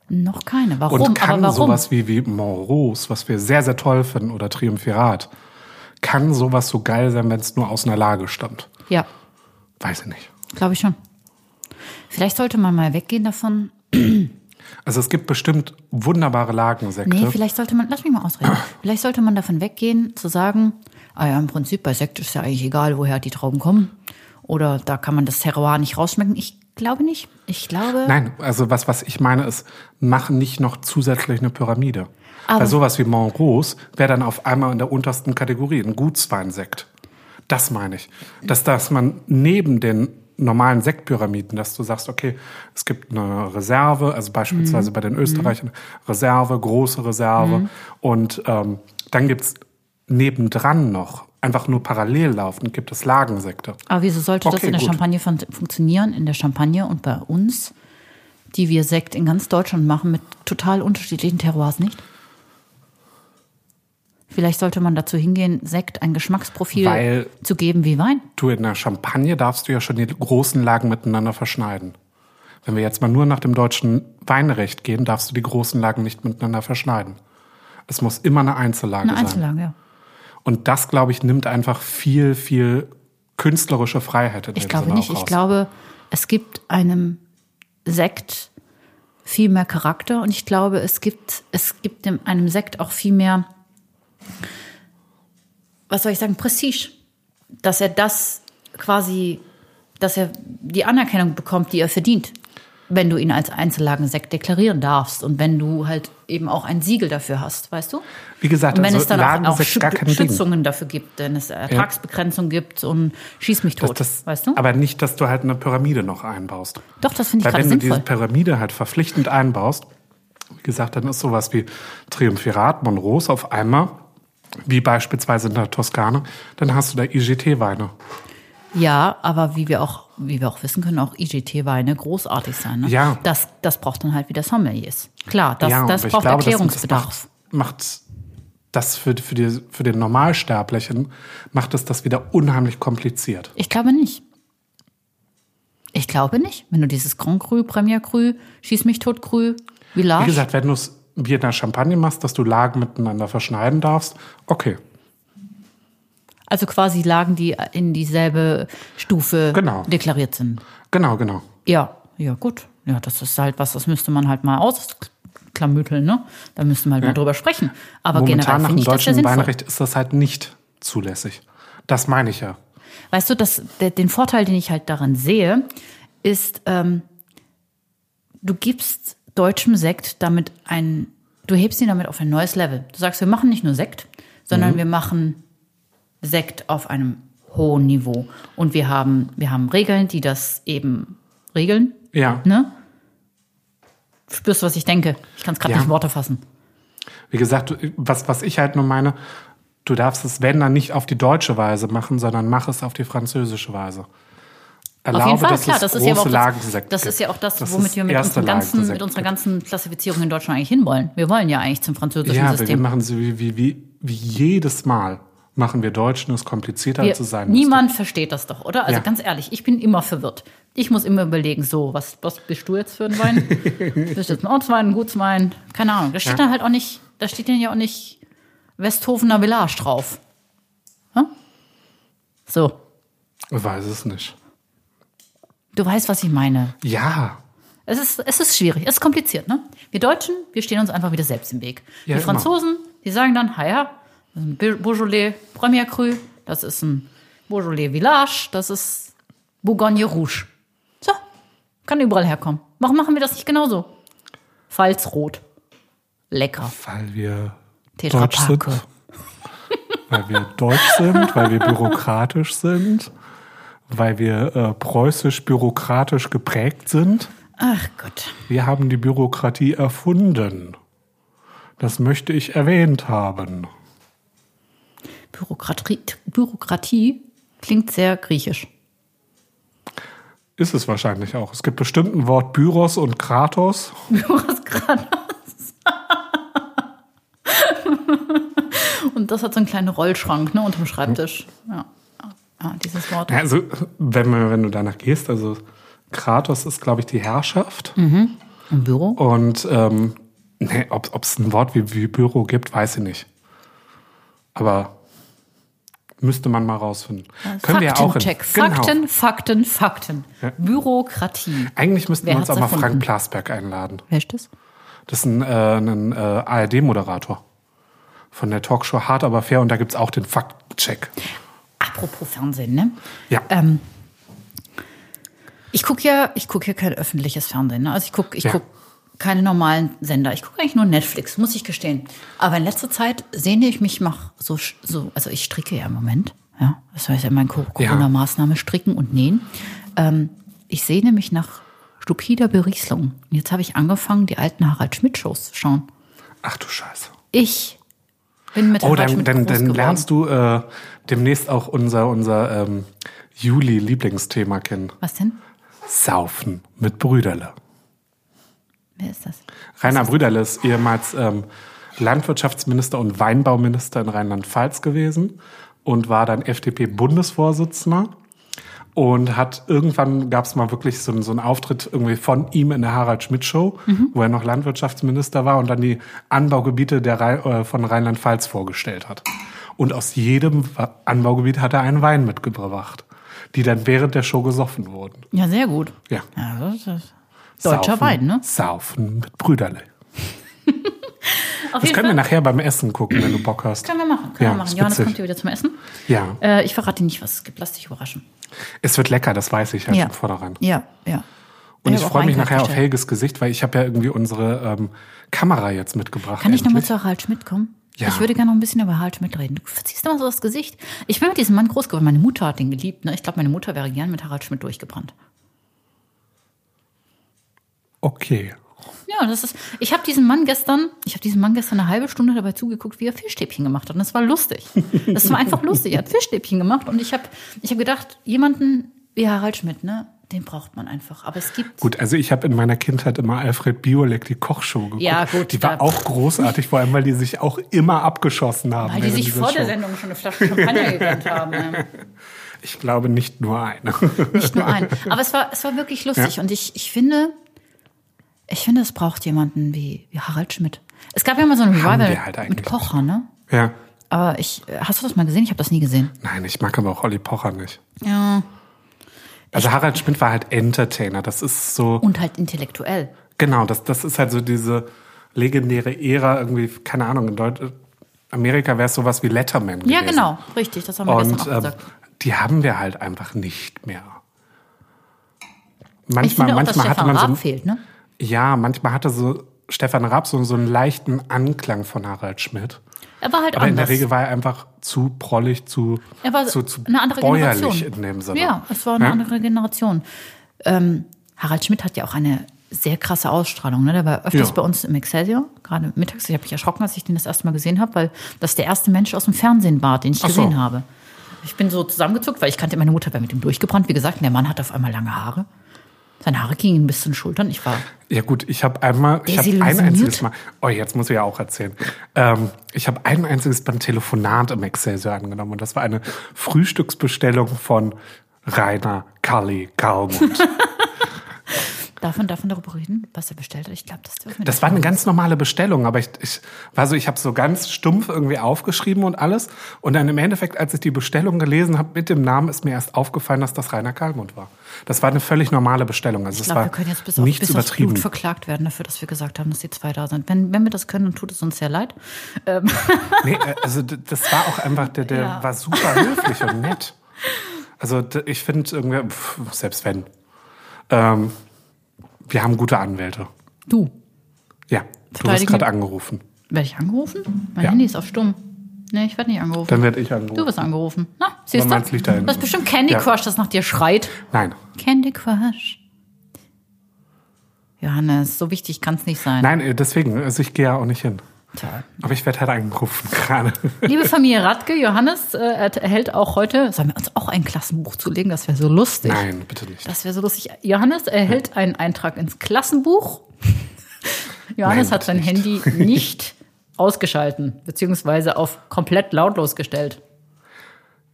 Speaker 2: Noch keine. Warum?
Speaker 3: Und kann
Speaker 2: Aber warum?
Speaker 3: sowas wie, wie Morose, was wir sehr, sehr toll finden, oder Triumphirat, kann sowas so geil sein, wenn es nur aus einer Lage stammt?
Speaker 2: ja.
Speaker 3: Weiß ich nicht.
Speaker 2: Glaube ich schon. Vielleicht sollte man mal weggehen davon.
Speaker 3: Also es gibt bestimmt wunderbare Lagensekte.
Speaker 2: Nee, vielleicht sollte man, lass mich mal
Speaker 3: [clears throat]
Speaker 2: ausreden. Vielleicht sollte man davon weggehen, zu sagen, ah ja, im Prinzip bei Sekt ist ja eigentlich egal, woher die Trauben kommen. Oder da kann man das Terroir nicht rausschmecken. Ich glaube nicht. Ich glaube,
Speaker 3: Nein, also was, was ich meine ist, machen nicht noch zusätzlich eine Pyramide.
Speaker 2: Aber-
Speaker 3: Weil sowas wie Montrose wäre dann auf einmal in der untersten Kategorie, ein Gutsweinsekt. Das meine ich. Dass, dass man neben den normalen Sektpyramiden, dass du sagst, okay, es gibt eine Reserve, also
Speaker 2: Mhm.
Speaker 3: beispielsweise bei den Österreichern, Reserve, große Reserve. Und ähm, dann gibt es nebendran noch, einfach nur parallel laufend, gibt es Lagensekte.
Speaker 2: aber ah, wieso sollte das
Speaker 3: Okay,
Speaker 2: in der
Speaker 3: gut.
Speaker 2: Champagne fun funktionieren? In der Champagne und bei uns, die wir Sekt in ganz Deutschland machen, mit total unterschiedlichen Terroirs nicht? Vielleicht sollte man dazu hingehen, Sekt ein Geschmacksprofil
Speaker 3: Weil-
Speaker 2: zu geben wie Wein.
Speaker 3: Du, in der Champagne darfst du ja schon die großen Lagen miteinander verschneiden. Wenn wir jetzt mal nur nach dem deutschen Weinrecht gehen, darfst du die großen Lagen nicht miteinander verschneiden. Es muss immer eine Einzellage
Speaker 2: Eine
Speaker 3: sein.
Speaker 2: Einzellage, ja.
Speaker 3: Und das, glaube ich, nimmt einfach viel, viel künstlerische Freiheit in
Speaker 2: Ich
Speaker 3: dem
Speaker 2: glaube
Speaker 3: Sinne
Speaker 2: nicht.
Speaker 3: auch
Speaker 2: Ich
Speaker 3: raus.
Speaker 2: glaube, es gibt einem Sekt viel mehr Charakter und ich glaube, es gibt, es gibt dem, einem Sekt auch viel mehr, was soll ich sagen, Prestige. Dass er das quasi, dass er die Anerkennung bekommt, die er verdient, wenn du ihn als Einzellagensekt deklarieren darfst und wenn du halt eben auch ein Siegel dafür hast, weißt du?
Speaker 3: Wie gesagt,
Speaker 2: Und wenn
Speaker 3: also
Speaker 2: es dann auch, auch
Speaker 3: Ladensekt gar kein
Speaker 2: Schü-
Speaker 3: Ding.
Speaker 2: Schützungen dafür gibt, wenn es Ertragsbegrenzung gibt und schieß mich
Speaker 3: dass
Speaker 2: tot,
Speaker 3: das,
Speaker 2: weißt du?
Speaker 3: Aber nicht, dass du halt eine Pyramide noch einbaust.
Speaker 2: Doch, das finde ich
Speaker 3: Weil
Speaker 2: gerade
Speaker 3: wenn du diese
Speaker 2: sinnvoll.
Speaker 3: Pyramide halt verpflichtend einbaust, wie gesagt, dann ist sowas wie Triumphirat Monroes auf einmal, wie beispielsweise in der Toskana, dann hast du da IGT-Weine.
Speaker 2: Ja, aber wie wir auch, wie wir auch wissen, können auch IGT-Weine großartig sein. Ne?
Speaker 3: Ja.
Speaker 2: Das, das braucht dann halt wieder Sommeliers. Klar, das,
Speaker 3: ja,
Speaker 2: das
Speaker 3: aber ich
Speaker 2: braucht
Speaker 3: glaube, das-
Speaker 2: Erklärungsbedarf.
Speaker 3: Das macht, macht das für, für, die, für den Normalsterblichen, macht es das wieder unheimlich kompliziert.
Speaker 2: ich glaube nicht. Ich glaube nicht. Wenn du dieses Grand Cru, Premier Cru, Schieß mich tot Cru, Village.
Speaker 3: Wie gesagt, wenn du es wie in der Champagne machst, dass du Lagen miteinander verschneiden darfst, okay,
Speaker 2: also quasi Lagen, die in dieselbe Stufe
Speaker 3: Genau.
Speaker 2: deklariert sind.
Speaker 3: genau, genau.
Speaker 2: Ja, ja, gut. Ja, das ist halt was, das müsste man halt mal ausklamütteln, ne? Da müssten wir halt mal drüber sprechen. Aber
Speaker 3: Momentan
Speaker 2: generell
Speaker 3: nach
Speaker 2: finde
Speaker 3: dem
Speaker 2: ich das sehr
Speaker 3: deutschen
Speaker 2: sinnvoll.
Speaker 3: Weinrecht ist das halt nicht zulässig. Das meine ich ja.
Speaker 2: Weißt du, das, der, den Vorteil, den ich halt daran sehe, ist, ähm, du gibst deutschem Sekt damit ein, du hebst ihn damit auf ein neues Level. Du sagst, wir machen nicht nur Sekt, sondern wir machen Sekt auf einem hohen Niveau. Und wir haben, wir haben Regeln, die das eben regeln.
Speaker 3: Ja,
Speaker 2: Ne? Spürst du, was ich denke? Ich kann es gerade
Speaker 3: Ja.
Speaker 2: nicht in Worte fassen.
Speaker 3: wie gesagt, was, was ich halt nur meine, du darfst es, wenn dann nicht auf die deutsche Weise machen, sondern mach es auf die französische Weise. Erlaube,
Speaker 2: Auf jeden Fall,
Speaker 3: dass
Speaker 2: klar,
Speaker 3: es
Speaker 2: das ist, ja aber
Speaker 3: große
Speaker 2: auch das,
Speaker 3: Lagensekte
Speaker 2: das ist ja auch das,
Speaker 3: gibt. Das
Speaker 2: womit
Speaker 3: ist
Speaker 2: wir mit,
Speaker 3: erste
Speaker 2: unserem ganzen, mit
Speaker 3: Lagensekte.
Speaker 2: unserer ganzen Klassifizierung in Deutschland eigentlich hinwollen. Wir wollen ja eigentlich zum französischen
Speaker 3: Ja, wir- wir
Speaker 2: System.
Speaker 3: machen sie wie, wie, wie, wie jedes Mal. Machen wir Deutschen es komplizierter,
Speaker 2: Wir,
Speaker 3: als es sein müsste.
Speaker 2: niemand versteht das doch, oder? Also
Speaker 3: Ja.
Speaker 2: ganz ehrlich, ich bin immer verwirrt. Ich muss immer überlegen, so, was, was bist du jetzt für ein
Speaker 3: [laughs]
Speaker 2: Wein? bist du jetzt ein Ortswein, ein Gutswein? Keine Ahnung. Da steht dann halt auch nicht, da steht dann ja auch nicht Westhofener Village drauf. Hä? So,
Speaker 3: Ich weiß es nicht.
Speaker 2: du weißt, was ich meine.
Speaker 3: Ja,
Speaker 2: Es ist, es ist schwierig, es ist kompliziert, ne? Wir Deutschen, wir stehen uns einfach wieder selbst im Weg.
Speaker 3: Ja,
Speaker 2: die
Speaker 3: immer.
Speaker 2: Franzosen, die sagen dann, ha ja, das ist ein Bir- Beaujolais Premier Cru, das ist ein Beaujolais Village, das ist Bourgogne Rouge. So, kann überall herkommen. Warum machen wir das nicht genauso? Pfalzrot. Lecker.
Speaker 3: weil wir
Speaker 2: Tetra
Speaker 3: deutsch sind.
Speaker 2: Pak.
Speaker 3: Weil wir deutsch sind, weil wir bürokratisch sind, weil wir äh, preußisch-bürokratisch geprägt sind.
Speaker 2: Ach Gott.
Speaker 3: Wir haben die Bürokratie erfunden. Das möchte ich erwähnt haben.
Speaker 2: Bürokratie, Bürokratie klingt sehr griechisch.
Speaker 3: Ist es wahrscheinlich auch. Es gibt bestimmt ein Wort Büros und Kratos.
Speaker 2: Jonas Granas. Und das hat so einen kleinen Rollschrank ne, unterm Schreibtisch. Ja. Ah, dieses Wort.
Speaker 3: Ja, Also, wenn, wir- wenn du danach gehst, also Kratos ist, glaube ich, die Herrschaft.
Speaker 2: Im Büro?
Speaker 3: Und ähm, nee, ob es ein Wort wie, wie Büro gibt, weiß ich nicht. Aber müsste man mal rausfinden. Können wir ja auch. in-
Speaker 2: Faktencheck.
Speaker 3: Genau.
Speaker 2: Fakten, Fakten, Fakten. Bürokratie.
Speaker 3: Eigentlich müssten
Speaker 2: Wer
Speaker 3: wir uns
Speaker 2: hat's
Speaker 3: auch mal
Speaker 2: erfunden?
Speaker 3: Frank Plasberg einladen.
Speaker 2: Wer ist das?
Speaker 3: Das ist ein, äh, ein äh, ARD-Moderator von der Talkshow Hart aber fair und da gibt es auch den Faktencheck.
Speaker 2: Apropos Fernsehen, ne?
Speaker 3: Ja.
Speaker 2: Ähm, ich gucke ja, ich guck ja kein öffentliches Fernsehen. Ne? Also ich gucke ich
Speaker 3: Ja.
Speaker 2: guck keine normalen Sender. Ich gucke eigentlich nur Netflix, muss ich gestehen. Aber in letzter Zeit sehne ich mich nach so, sch- so also ich stricke ja im Moment. Ja, das heißt ja mein Co-
Speaker 3: Ja.
Speaker 2: Corona-Maßnahme stricken und nähen. Ähm, ich sehne mich nach stupider Berieselung. Und jetzt habe ich angefangen, die alten Harald Schmidt-Shows zu schauen.
Speaker 3: Ach du Scheiße.
Speaker 2: Ich bin mit
Speaker 3: Oh,
Speaker 2: Harald
Speaker 3: dann,
Speaker 2: Schmidt
Speaker 3: dann,
Speaker 2: groß
Speaker 3: dann
Speaker 2: geworden.
Speaker 3: lernst du äh, demnächst auch unser, unser ähm, Juli-Lieblingsthema kennen.
Speaker 2: Was denn?
Speaker 3: Saufen mit Brüderle.
Speaker 2: Wer ist das?
Speaker 3: Rainer Brüderle ist ehemals ähm, Landwirtschaftsminister und Weinbauminister in Rheinland-Pfalz gewesen und war dann FDP-Bundesvorsitzender und hat irgendwann gab es mal wirklich so, einen- so einen Auftritt irgendwie von ihm in der Harald Schmidt Show, wo er noch Landwirtschaftsminister war und dann die Anbaugebiete der Rhein, äh, von Rheinland-Pfalz vorgestellt hat. Und aus jedem Wa- Anbaugebiet hat er einen Wein mitgebracht, die dann während der Show gesoffen wurden.
Speaker 2: Ja, sehr gut.
Speaker 3: Ja.
Speaker 2: Ja, das ist deutscher
Speaker 3: Saufen-
Speaker 2: Wein, ne?
Speaker 3: Saufen mit Brüderle.
Speaker 2: Auf
Speaker 3: Das
Speaker 2: jeden
Speaker 3: können wir
Speaker 2: Fall.
Speaker 3: nachher beim Essen gucken, wenn du Bock hast.
Speaker 2: Können wir machen. Können
Speaker 3: Ja,
Speaker 2: wir machen.
Speaker 3: ist
Speaker 2: Johannes
Speaker 3: witzig.
Speaker 2: kommt hier wieder zum Essen.
Speaker 3: Ja,
Speaker 2: Äh, ich verrate dir nicht, was es gibt. Lass dich überraschen.
Speaker 3: es wird lecker, das weiß ich halt ja,
Speaker 2: Ja.
Speaker 3: von vornherein.
Speaker 2: Ja, ja.
Speaker 3: Und ich
Speaker 2: hab auch
Speaker 3: freue mich
Speaker 2: Weinglas
Speaker 3: nachher auf
Speaker 2: bestellt.
Speaker 3: Helges Gesicht, weil ich habe ja irgendwie unsere ähm, Kamera jetzt mitgebracht.
Speaker 2: Kann ich nochmal
Speaker 3: endlich.
Speaker 2: zu Harald Schmidt kommen?
Speaker 3: Ja.
Speaker 2: Ich würde gerne noch ein bisschen über Harald Schmidt reden. Du verziehst immer so das Gesicht. Ich bin mit diesem Mann groß geworden. Meine Mutter hat ihn geliebt. Ne? Ich glaube, meine Mutter wäre gern mit Harald Schmidt durchgebrannt.
Speaker 3: Okay.
Speaker 2: Ja, das ist. Ich habe diesen Mann gestern, ich habe diesem Mann gestern eine halbe Stunde dabei zugeguckt, wie er Fischstäbchen gemacht hat. Und das war lustig. Das war einfach lustig. Er hat Fischstäbchen gemacht und ich habe ich hab gedacht, jemanden wie Harald Schmidt, ne, den braucht man einfach. Aber es gibt.
Speaker 3: Gut, also ich habe in meiner Kindheit immer Alfred Biolek die Kochshow geguckt.
Speaker 2: Ja, gut,
Speaker 3: Die war
Speaker 2: da-
Speaker 3: auch großartig, vor allem weil die sich auch immer abgeschossen haben.
Speaker 2: Weil die
Speaker 3: während
Speaker 2: sich
Speaker 3: dieser
Speaker 2: vor der
Speaker 3: Show.
Speaker 2: Sendung schon eine Flasche
Speaker 3: [laughs]
Speaker 2: Champagner gegönnt haben. Ne?
Speaker 3: Ich glaube nicht nur eine. [laughs]
Speaker 2: nicht nur ein. Aber es war, es war wirklich lustig. Und ich, ich finde, ich finde, es braucht jemanden wie, wie Harald Schmidt. Es gab ja mal so ein
Speaker 3: Haben wir
Speaker 2: Revival
Speaker 3: halt eigentlich
Speaker 2: mit Kocher, ne?
Speaker 3: ja.
Speaker 2: Aber ich, äh, hast du das mal gesehen? Ich habe das nie gesehen.
Speaker 3: Nein, ich mag aber auch Olli Pocher nicht.
Speaker 2: Ja.
Speaker 3: Also Harald Schmidt war halt Entertainer. Das ist so,
Speaker 2: Und halt intellektuell.
Speaker 3: genau, das, das ist halt so diese legendäre Ära irgendwie, keine Ahnung, in Deutsch, Amerika wäre es sowas wie Letterman gewesen.
Speaker 2: Ja, genau. Richtig, das haben wir gestern
Speaker 3: Und
Speaker 2: auch
Speaker 3: ähm,
Speaker 2: gesagt.
Speaker 3: die haben wir halt einfach nicht mehr.
Speaker 2: Ich
Speaker 3: Manchmal,
Speaker 2: finde auch, dass
Speaker 3: manchmal hatte
Speaker 2: Stefan
Speaker 3: man so,
Speaker 2: Raab
Speaker 3: ein-
Speaker 2: fehlt, ne?
Speaker 3: Ja, manchmal hatte so Stefan Raab so, so einen leichten Anklang von Harald Schmidt.
Speaker 2: Er war halt
Speaker 3: Aber in der
Speaker 2: anders.
Speaker 3: Regel war er einfach zu prollig, zu,
Speaker 2: er war
Speaker 3: zu, zu
Speaker 2: eine andere
Speaker 3: bäuerlich
Speaker 2: Generation.
Speaker 3: in dem Sinne.
Speaker 2: Ja, es war eine
Speaker 3: Ja?
Speaker 2: andere Generation. Ähm, Harald Schmidt hat ja auch eine sehr krasse Ausstrahlung. Ne? Der war öfters
Speaker 3: Ja.
Speaker 2: bei uns im Excelsior, gerade mittags. Ich habe mich erschrocken, als ich den das erste Mal gesehen habe, weil das der erste Mensch aus dem Fernsehen war, den ich
Speaker 3: Ach so.
Speaker 2: gesehen habe. Ich bin so zusammengezuckt, weil ich kannte meine Mutter, war mit ihm durchgebrannt. Wie gesagt, und der Mann hatte auf einmal lange Haare. Seine Haare gingen ihm bis zu den Schultern. Ich war,
Speaker 3: Ja gut, ich habe einmal, ich habe ein
Speaker 2: Desillusioniert?
Speaker 3: einziges Mal, oh jetzt muss ich ja auch erzählen, ähm, ich habe ein einziges beim Telefonat im Excelsior angenommen und das war eine Frühstücksbestellung von Rainer Kalli
Speaker 2: [laughs]
Speaker 3: Kalmund.
Speaker 2: darf man, darf man darüber reden, was er bestellt hat? Ich glaube, das dürfen wir
Speaker 3: Das war eine ganz normale Bestellung, aber ich, ich war so, ich habe so ganz stumpf irgendwie aufgeschrieben und alles und dann im Endeffekt, als ich die Bestellung gelesen habe mit dem Namen, ist mir erst aufgefallen, dass das Rainer Kalmund war. Das war eine völlig normale Bestellung, also
Speaker 2: Ich
Speaker 3: es
Speaker 2: glaube,
Speaker 3: war
Speaker 2: wir können jetzt bis, auf,
Speaker 3: nichts
Speaker 2: bis aufs
Speaker 3: übertrieben.
Speaker 2: Blut verklagt werden dafür, dass wir gesagt haben, dass die zwei da sind. Wenn, wenn wir das können, dann tut es uns sehr leid. Ähm,
Speaker 3: Nee, äh, also d- das war auch einfach, der, der
Speaker 2: Ja.
Speaker 3: war super höflich und nett. Also d- ich finde irgendwie, pf, selbst wenn, ähm, wir haben gute Anwälte.
Speaker 2: du,
Speaker 3: Ja, du hast
Speaker 2: Verteidigen-
Speaker 3: gerade angerufen.
Speaker 2: werde ich angerufen? Mein
Speaker 3: Ja.
Speaker 2: Handy ist auf stumm. Nee, ich werde nicht angerufen.
Speaker 3: Dann werde ich
Speaker 2: du
Speaker 3: angerufen.
Speaker 2: wirst angerufen. Na, siehst du?
Speaker 3: meins liegt da hinten.
Speaker 2: Das ist bestimmt Candy
Speaker 3: Ja.
Speaker 2: Crush, das nach dir schreit.
Speaker 3: Nein,
Speaker 2: Candy Crush. Johannes, so wichtig kann es nicht sein.
Speaker 3: nein, äh, deswegen, also ich gehe ja auch nicht hin.
Speaker 2: Tja.
Speaker 3: Aber ich werde halt angerufen [laughs] gerade.
Speaker 2: Liebe Familie Radke, Johannes äh, er- erhält auch heute, sollen wir uns auch ein Klassenbuch zulegen? Das wäre so lustig.
Speaker 3: Nein, bitte nicht.
Speaker 2: Das wäre so lustig. Johannes erhält einen Eintrag ins
Speaker 3: [laughs]
Speaker 2: Klassenbuch. Johannes
Speaker 3: Nein,
Speaker 2: hat sein
Speaker 3: bitte
Speaker 2: Handy nicht ausgeschalten, beziehungsweise auf komplett lautlos gestellt.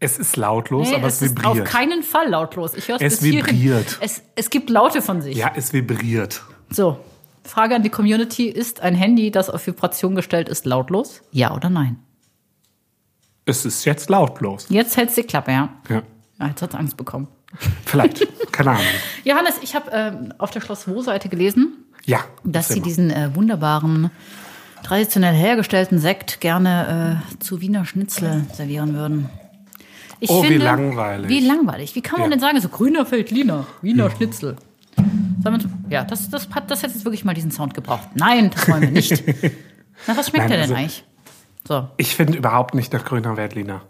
Speaker 3: Es ist lautlos,
Speaker 2: Nee,
Speaker 3: aber
Speaker 2: es
Speaker 3: es,
Speaker 2: ist auf
Speaker 3: vibriert.
Speaker 2: keinen Fall lautlos. Ich höre
Speaker 3: Es
Speaker 2: bis hierhin.
Speaker 3: vibriert.
Speaker 2: Es, es gibt Laute von sich.
Speaker 3: ja, es vibriert.
Speaker 2: So, Frage an die Community. Ist ein Handy, das auf Vibration gestellt ist, lautlos? Ja oder nein?
Speaker 3: Es ist jetzt lautlos.
Speaker 2: Jetzt hältst du die Klappe, ja?
Speaker 3: Ja,
Speaker 2: ja jetzt hat es Angst bekommen. [laughs]
Speaker 3: vielleicht. Keine Ahnung.
Speaker 2: Johannes, ich habe ähm, auf der Schloss Wo-Seite gelesen,
Speaker 3: Ja.
Speaker 2: dass sie
Speaker 3: erzähl mal.
Speaker 2: diesen äh, wunderbaren, traditionell hergestellten Sekt gerne äh, zu Wiener Schnitzel servieren würden. Ich
Speaker 3: Oh, wie langweilig.
Speaker 2: Wie langweilig. Wie kann man
Speaker 3: Ja.
Speaker 2: denn sagen, so grüner Feldliner, Wiener Schnitzel? Sollen wir- Ja, das, das hat das hat jetzt wirklich mal diesen Sound gebraucht. Nein, das wollen wir
Speaker 3: [laughs]
Speaker 2: nicht. Na, was schmeckt der
Speaker 3: Nein,
Speaker 2: denn
Speaker 3: also-
Speaker 2: eigentlich? So,
Speaker 3: Ich finde überhaupt nicht nach grüner Veltliner.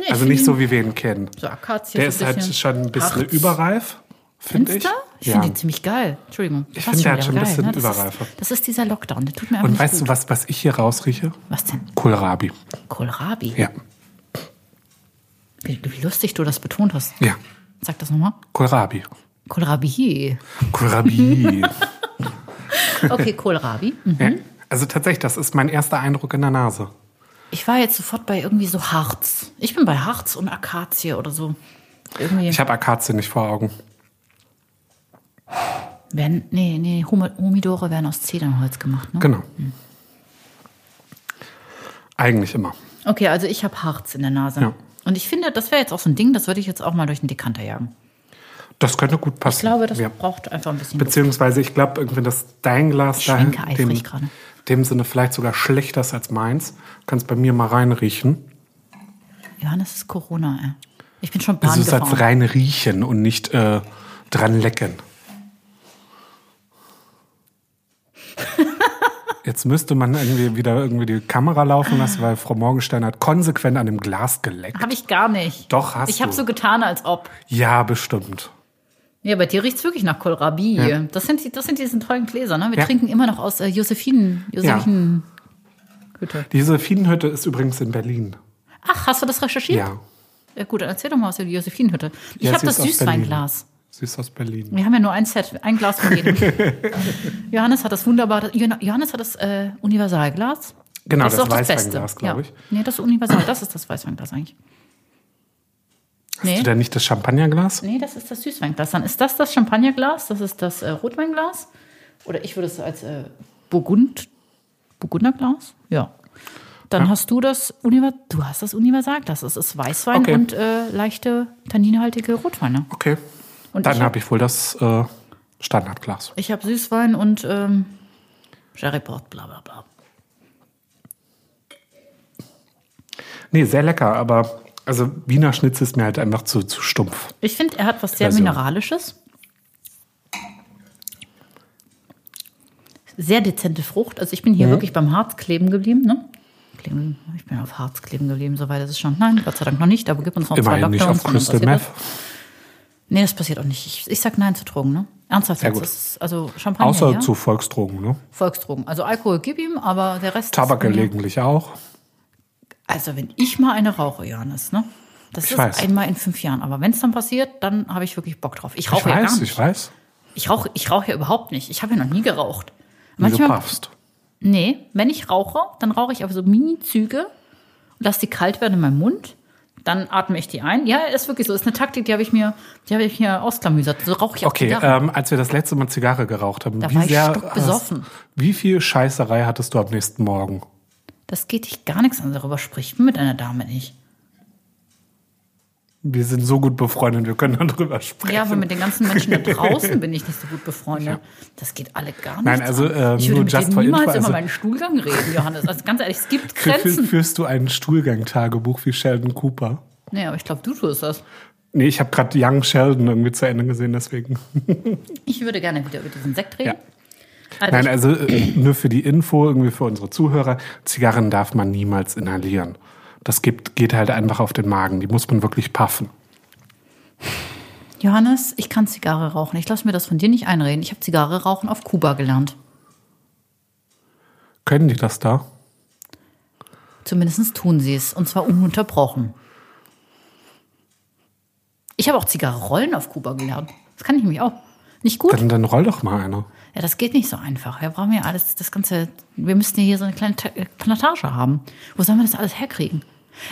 Speaker 2: ich
Speaker 3: also nicht
Speaker 2: find
Speaker 3: so, wie wir ihn kennen.
Speaker 2: so Akazie.
Speaker 3: Der
Speaker 2: so
Speaker 3: ist halt schon ein bisschen
Speaker 2: Harz.
Speaker 3: überreif, finde ich.
Speaker 2: Findest du? Ich
Speaker 3: Ja.
Speaker 2: finde die ziemlich geil. Entschuldigung.
Speaker 3: Ich
Speaker 2: Fast
Speaker 3: finde, der hat
Speaker 2: wieder
Speaker 3: schon ein bisschen
Speaker 2: ne? das
Speaker 3: Überreife.
Speaker 2: Ist, das ist dieser Lockdown, der tut mir einfach
Speaker 3: Und
Speaker 2: nicht
Speaker 3: weißt
Speaker 2: gut.
Speaker 3: du, was, was ich hier rausrieche?
Speaker 2: Was denn?
Speaker 3: Kohlrabi.
Speaker 2: Kohlrabi?
Speaker 3: Ja.
Speaker 2: Wie, wie lustig du das betont hast.
Speaker 3: Ja.
Speaker 2: Sag das nochmal.
Speaker 3: Kohlrabi.
Speaker 2: Kohlrabi.
Speaker 3: Kohlrabi.
Speaker 2: Mhm. Okay, Kohlrabi. Mhm.
Speaker 3: ja. Also tatsächlich, das ist mein erster Eindruck in der Nase.
Speaker 2: Ich war jetzt sofort bei irgendwie so Harz. Ich bin bei Harz und Akazie oder so. Irgendwie.
Speaker 3: Ich habe Akazie nicht vor Augen.
Speaker 2: werden, nee, nee, Humi- Humidore Mhm. werden aus Zedernholz gemacht, ne?
Speaker 3: Genau. Eigentlich immer.
Speaker 2: Okay, also ich habe Harz in der Nase.
Speaker 3: Ja.
Speaker 2: Und ich finde, das wäre jetzt auch so ein Ding, das würde ich jetzt auch mal durch den Dekanter jagen.
Speaker 3: Das könnte gut passen.
Speaker 2: Ich glaube, das
Speaker 3: ja.
Speaker 2: braucht einfach ein bisschen. Luft.
Speaker 3: Beziehungsweise, ich glaube, irgendwie, dass dein Glas
Speaker 2: Ich
Speaker 3: da
Speaker 2: schwenke eifrig
Speaker 3: dem,
Speaker 2: gerade.
Speaker 3: dem Sinne vielleicht sogar schlechter ist als meins. Kannst bei mir mal reinriechen.
Speaker 2: Johannes ist Corona, ey. Ich bin schon
Speaker 3: Also
Speaker 2: Bahn
Speaker 3: es ist als
Speaker 2: gefahren.
Speaker 3: rein riechen und nicht äh,
Speaker 2: [laughs]
Speaker 3: dran lecken. Jetzt müsste man irgendwie wieder irgendwie die Kamera laufen lassen, weil Frau Morgenstein hat konsequent an dem Glas geleckt.
Speaker 2: Habe Ah. ich gar nicht.
Speaker 3: Doch, hast
Speaker 2: Ich habe
Speaker 3: du.
Speaker 2: so getan, als ob.
Speaker 3: Ja, bestimmt.
Speaker 2: Ja, bei dir riecht's wirklich nach Kohlrabi. Das, sind die, das sind diese tollen Gläser, ne? Wir
Speaker 3: Ja.
Speaker 2: trinken immer noch aus äh, Josephinen. Josephinen. Güte.
Speaker 3: Diese Fienenhütte ist übrigens in Berlin.
Speaker 2: Ach, hast du das recherchiert?
Speaker 3: Ja.
Speaker 2: Ja, gut, dann erzähl doch mal aus der Josephinenhütte. Ich
Speaker 3: ja,
Speaker 2: habe
Speaker 3: sie
Speaker 2: das
Speaker 3: ist aus
Speaker 2: Süßweinglas.
Speaker 3: Berlin. Sie ist aus Berlin.
Speaker 2: Wir haben ja nur ein Set, ein Glas von
Speaker 3: [laughs]
Speaker 2: jedem. Johannes hat das wunderbare, Johannes hat das äh, Universalglas.
Speaker 3: Genau,
Speaker 2: das ist
Speaker 3: das,
Speaker 2: doch das
Speaker 3: Weißweinglas,
Speaker 2: Beste.
Speaker 3: glaube ich.
Speaker 2: Ja. Nee, das Universal, das ist das Weißweinglas eigentlich.
Speaker 3: Hast
Speaker 2: Nee.
Speaker 3: du da nicht das Champagnerglas?
Speaker 2: Nee, das ist das Süßweinglas. Dann ist das das Champagnerglas, das ist das äh, Rotweinglas. Oder ich würde es als äh, Burgund, Burgunderglas? Ja. Dann hast du das Univer du hast das Universalglas. Das ist Weißwein
Speaker 3: Okay.
Speaker 2: und äh, leichte tanninhaltige Rotweine.
Speaker 3: Okay.
Speaker 2: Und
Speaker 3: Dann
Speaker 2: ich
Speaker 3: habe ich wohl das äh, Standardglas.
Speaker 2: Ich habe Süßwein und ähm, Sherryport, bla bla bla.
Speaker 3: Nee, sehr lecker, aber also Wiener Schnitzel ist mir halt einfach zu, zu stumpf.
Speaker 2: Ich finde, er hat was sehr
Speaker 3: Also-
Speaker 2: Mineralisches. Sehr dezente Frucht. Also ich bin hier wirklich beim Harz kleben geblieben. Ne? Kleben, ich bin auf Harz kleben geblieben, soweit ist es schon. Nein, Gott sei Dank noch nicht, aber gib uns noch zwei
Speaker 3: Immerhin nicht
Speaker 2: Lockdowns.
Speaker 3: auf
Speaker 2: dann
Speaker 3: Crystal
Speaker 2: passiert
Speaker 3: Meth.
Speaker 2: das. Nee, das passiert auch nicht. Ich, ich sag Nein zu Drogen, ne? Ernsthaft
Speaker 3: Sehr
Speaker 2: jetzt.
Speaker 3: gut.
Speaker 2: Das ist, also Champagner,
Speaker 3: Außer
Speaker 2: ja?
Speaker 3: zu Volksdrogen, ne?
Speaker 2: Volksdrogen. Also Alkohol gib ihm, aber der Rest
Speaker 3: Tabak
Speaker 2: ist mir-
Speaker 3: gelegentlich auch.
Speaker 2: Also, wenn ich mal eine rauche, Johannes, ne? Das
Speaker 3: Ich
Speaker 2: ist
Speaker 3: weiß.
Speaker 2: einmal in fünf Jahren. Aber wenn es dann passiert, dann habe ich wirklich Bock drauf. Ich
Speaker 3: Ich
Speaker 2: rauche ja gar
Speaker 3: weiß,
Speaker 2: nicht.
Speaker 3: ich weiß.
Speaker 2: Ich rauche ich rauche ja überhaupt nicht. Ich habe ja noch nie geraucht.
Speaker 3: Wie du
Speaker 2: Manchmal,
Speaker 3: puffst.
Speaker 2: nee, wenn ich rauche, dann rauche ich auf so Mini-Züge und lasse die kalt werden in meinem Mund. Dann atme ich die ein. Ja, ist wirklich so. Ist eine Taktik, die habe ich mir, die habe ich mir ausklamüsert. So rauche ich auch
Speaker 3: Okay,
Speaker 2: Zigarren.
Speaker 3: ähm, als wir das letzte Mal Zigarre geraucht haben,
Speaker 2: Da
Speaker 3: wie
Speaker 2: war ich
Speaker 3: sehr.
Speaker 2: stockbesoffen.
Speaker 3: hast- Wie viel Scheißerei hattest du am nächsten Morgen?
Speaker 2: Das geht dich gar nichts an. Darüber spricht man mit einer Dame nicht.
Speaker 3: Wir sind so gut befreundet, wir können darüber sprechen.
Speaker 2: Ja, aber mit den ganzen Menschen
Speaker 3: [laughs]
Speaker 2: da draußen bin ich nicht so gut befreundet. Das geht alle gar nicht.
Speaker 3: Nein, also,
Speaker 2: an.
Speaker 3: äh,
Speaker 2: ich würde
Speaker 3: nur
Speaker 2: mit
Speaker 3: just
Speaker 2: denen
Speaker 3: for info,
Speaker 2: niemals über
Speaker 3: also-
Speaker 2: meinen Stuhlgang reden, Johannes. Also ganz ehrlich, es
Speaker 3: [laughs]
Speaker 2: gibt
Speaker 3: Fü- fü-
Speaker 2: Grenzen.
Speaker 3: Führst du einen Stuhlgang-Tagebuch wie Sheldon Cooper?
Speaker 2: Nee, aber ich glaube, du tust das.
Speaker 3: Nee, ich habe gerade Young Sheldon irgendwie zu Ende gesehen, deswegen.
Speaker 2: Ich würde gerne wieder über diesen Sekt reden. Also
Speaker 3: Nein,
Speaker 2: ich-
Speaker 3: also äh, nur für die Info, irgendwie für unsere Zuhörer, Zigarren darf man niemals inhalieren. Das gibt, geht halt einfach auf den Magen, die muss man wirklich puffen. also-
Speaker 2: Johannes, ich kann Zigarre rauchen. Ich lasse mir das von dir nicht einreden. Ich habe Zigarre rauchen auf Kuba gelernt.
Speaker 3: Können die das da?
Speaker 2: Zumindest tun sie es. Und zwar ununterbrochen. Ich habe auch Zigarre rollen auf Kuba gelernt. Das kann ich nämlich auch. Nicht gut?
Speaker 3: Dann, dann roll doch mal eine.
Speaker 2: Ja, das geht nicht so einfach. Wir brauchen ja alles, das ganze, wir müssten ja hier so eine kleine Ta- äh, Plantage haben. Wo sollen wir das alles herkriegen?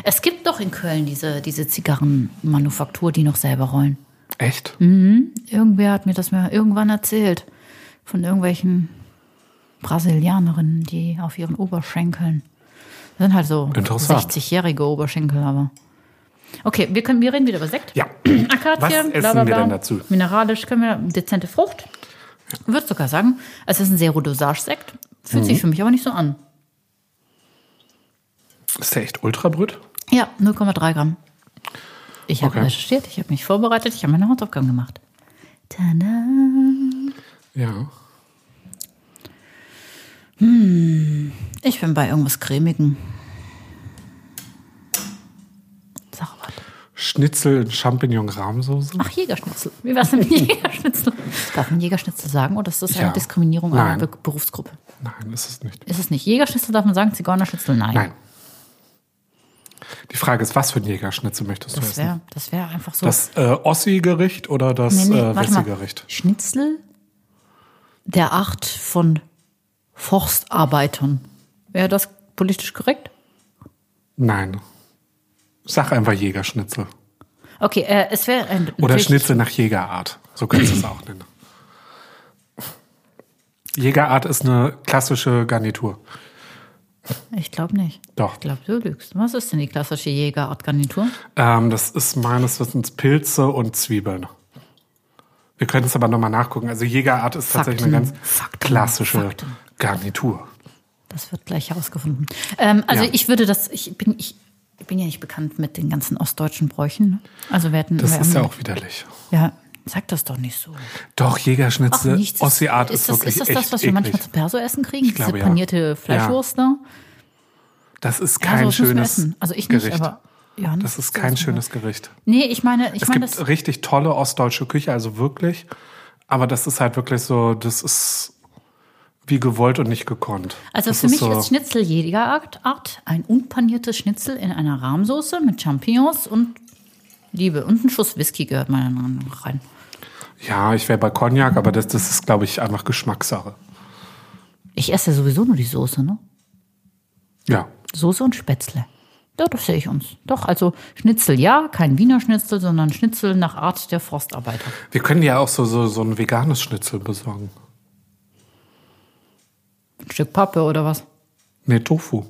Speaker 2: Es gibt doch in Köln diese, diese Zigarrenmanufaktur, die noch selber rollen.
Speaker 3: Echt?
Speaker 2: Mhm. Irgendwer hat mir das mal irgendwann erzählt. Von irgendwelchen Brasilianerinnen, die auf ihren Oberschenkeln. Das sind halt so
Speaker 3: Interessant.
Speaker 2: 60-jährige Oberschenkel, aber. Okay, wir, können, wir reden wieder über Sekt.
Speaker 3: Ja. Was
Speaker 2: Akazien,
Speaker 3: essen
Speaker 2: bla, bla,
Speaker 3: wir
Speaker 2: bla.
Speaker 3: denn dazu?
Speaker 2: Mineralisch können wir, dezente Frucht. Würde sogar sagen, es ist ein Serodosage-Sekt. Fühlt
Speaker 3: Mhm.
Speaker 2: sich für mich aber nicht so an.
Speaker 3: Ist der echt Ultrabrüt?
Speaker 2: Ja, 0,3 Gramm. Ich habe
Speaker 3: Okay.
Speaker 2: recherchiert, ich habe mich vorbereitet, ich habe meine Hausaufgaben gemacht. Tada!
Speaker 3: Ja.
Speaker 2: Ich bin bei irgendwas Cremigen. Sag was.
Speaker 3: Schnitzel in Champignon-Rahmsoße?
Speaker 2: Ach, Jägerschnitzel. Wie war's denn [laughs] mit Jägerschnitzel? Darf man Jägerschnitzel sagen oder ist das eine
Speaker 3: Ja.
Speaker 2: Diskriminierung
Speaker 3: Nein.
Speaker 2: einer Be- Berufsgruppe?
Speaker 3: Nein, ist es nicht.
Speaker 2: Ist es nicht Jägerschnitzel, darf man sagen, Zigeunerschnitzel? Nein.
Speaker 3: Nein. Die Frage ist, was für ein Jägerschnitzel möchtest du
Speaker 2: Das
Speaker 3: essen?
Speaker 2: wäre das wär einfach so.
Speaker 3: Das äh, Ossi-Gericht oder das äh, Wessi-Gericht?
Speaker 2: Schnitzel der Art von Forstarbeitern. Wäre das politisch korrekt?
Speaker 3: Nein. Sag einfach Jägerschnitzel.
Speaker 2: Okay, äh, es wäre ein.
Speaker 3: Oder
Speaker 2: natürlich-
Speaker 3: Schnitzel nach Jägerart. So kannst du es auch nennen. Jägerart ist eine klassische Garnitur.
Speaker 2: Ich glaube nicht.
Speaker 3: Doch.
Speaker 2: Ich glaube, du lügst. Was ist denn die klassische Jägerart Garnitur?
Speaker 3: Ähm, das ist meines Wissens Pilze und Zwiebeln. Wir können es aber nochmal nachgucken. Also Jägerart ist tatsächlich eine
Speaker 2: Fakten.
Speaker 3: ganz
Speaker 2: Fakten.
Speaker 3: klassische
Speaker 2: Fakten.
Speaker 3: Garnitur.
Speaker 2: Das wird gleich herausgefunden. Ähm, also
Speaker 3: Ja.
Speaker 2: ich würde das, ich bin, ich bin ja nicht bekannt mit den ganzen ostdeutschen Bräuchen. ne? Also wir hätten.
Speaker 3: Das
Speaker 2: wir
Speaker 3: ist ja
Speaker 2: haben-
Speaker 3: auch widerlich.
Speaker 2: Ja, sag das doch nicht so.
Speaker 3: Doch, Jägerschnitzel,
Speaker 2: nichts ist-
Speaker 3: Ossi-Art ist,
Speaker 2: das,
Speaker 3: wirklich
Speaker 2: Ist das
Speaker 3: echt
Speaker 2: das, was wir
Speaker 3: eklig.
Speaker 2: manchmal zum Perso-Essen kriegen? Diese
Speaker 3: glaube, ja.
Speaker 2: panierte Fleischwurst da?
Speaker 3: Das ist
Speaker 2: Ja,
Speaker 3: kein
Speaker 2: sowas müssen wir
Speaker 3: schönes
Speaker 2: essen. Also ich nicht,
Speaker 3: Gericht.
Speaker 2: aber. Ja, ne?
Speaker 3: das ist kein schönes Gericht.
Speaker 2: Nee, ich meine, ich
Speaker 3: Es
Speaker 2: meine,
Speaker 3: gibt
Speaker 2: das
Speaker 3: richtig tolle ostdeutsche Küche, also wirklich. Aber das ist halt wirklich so, das ist wie gewollt und nicht gekonnt.
Speaker 2: Also
Speaker 3: das
Speaker 2: für mich
Speaker 3: so,
Speaker 2: ist Schnitzel jeder Art, Art ein unpaniertes Schnitzel in einer Rahmsoße mit Champignons und Liebe. Und ein Schuss Whisky gehört meiner Meinung nach rein.
Speaker 3: Ja, ich wäre bei Cognac, aber das, das ist, glaube ich, einfach Geschmackssache.
Speaker 2: Ich esse ja sowieso nur die Soße, ne?
Speaker 3: Ja.
Speaker 2: Soße und Spätzle. Ja, das sehe ich uns. Doch, also Schnitzel ja, kein Wiener Schnitzel, sondern Schnitzel nach Art der Forstarbeiter.
Speaker 3: Wir können ja auch so, so, so ein veganes Schnitzel besorgen.
Speaker 2: Ein Stück Pappe oder was?
Speaker 3: Nee, Tofu.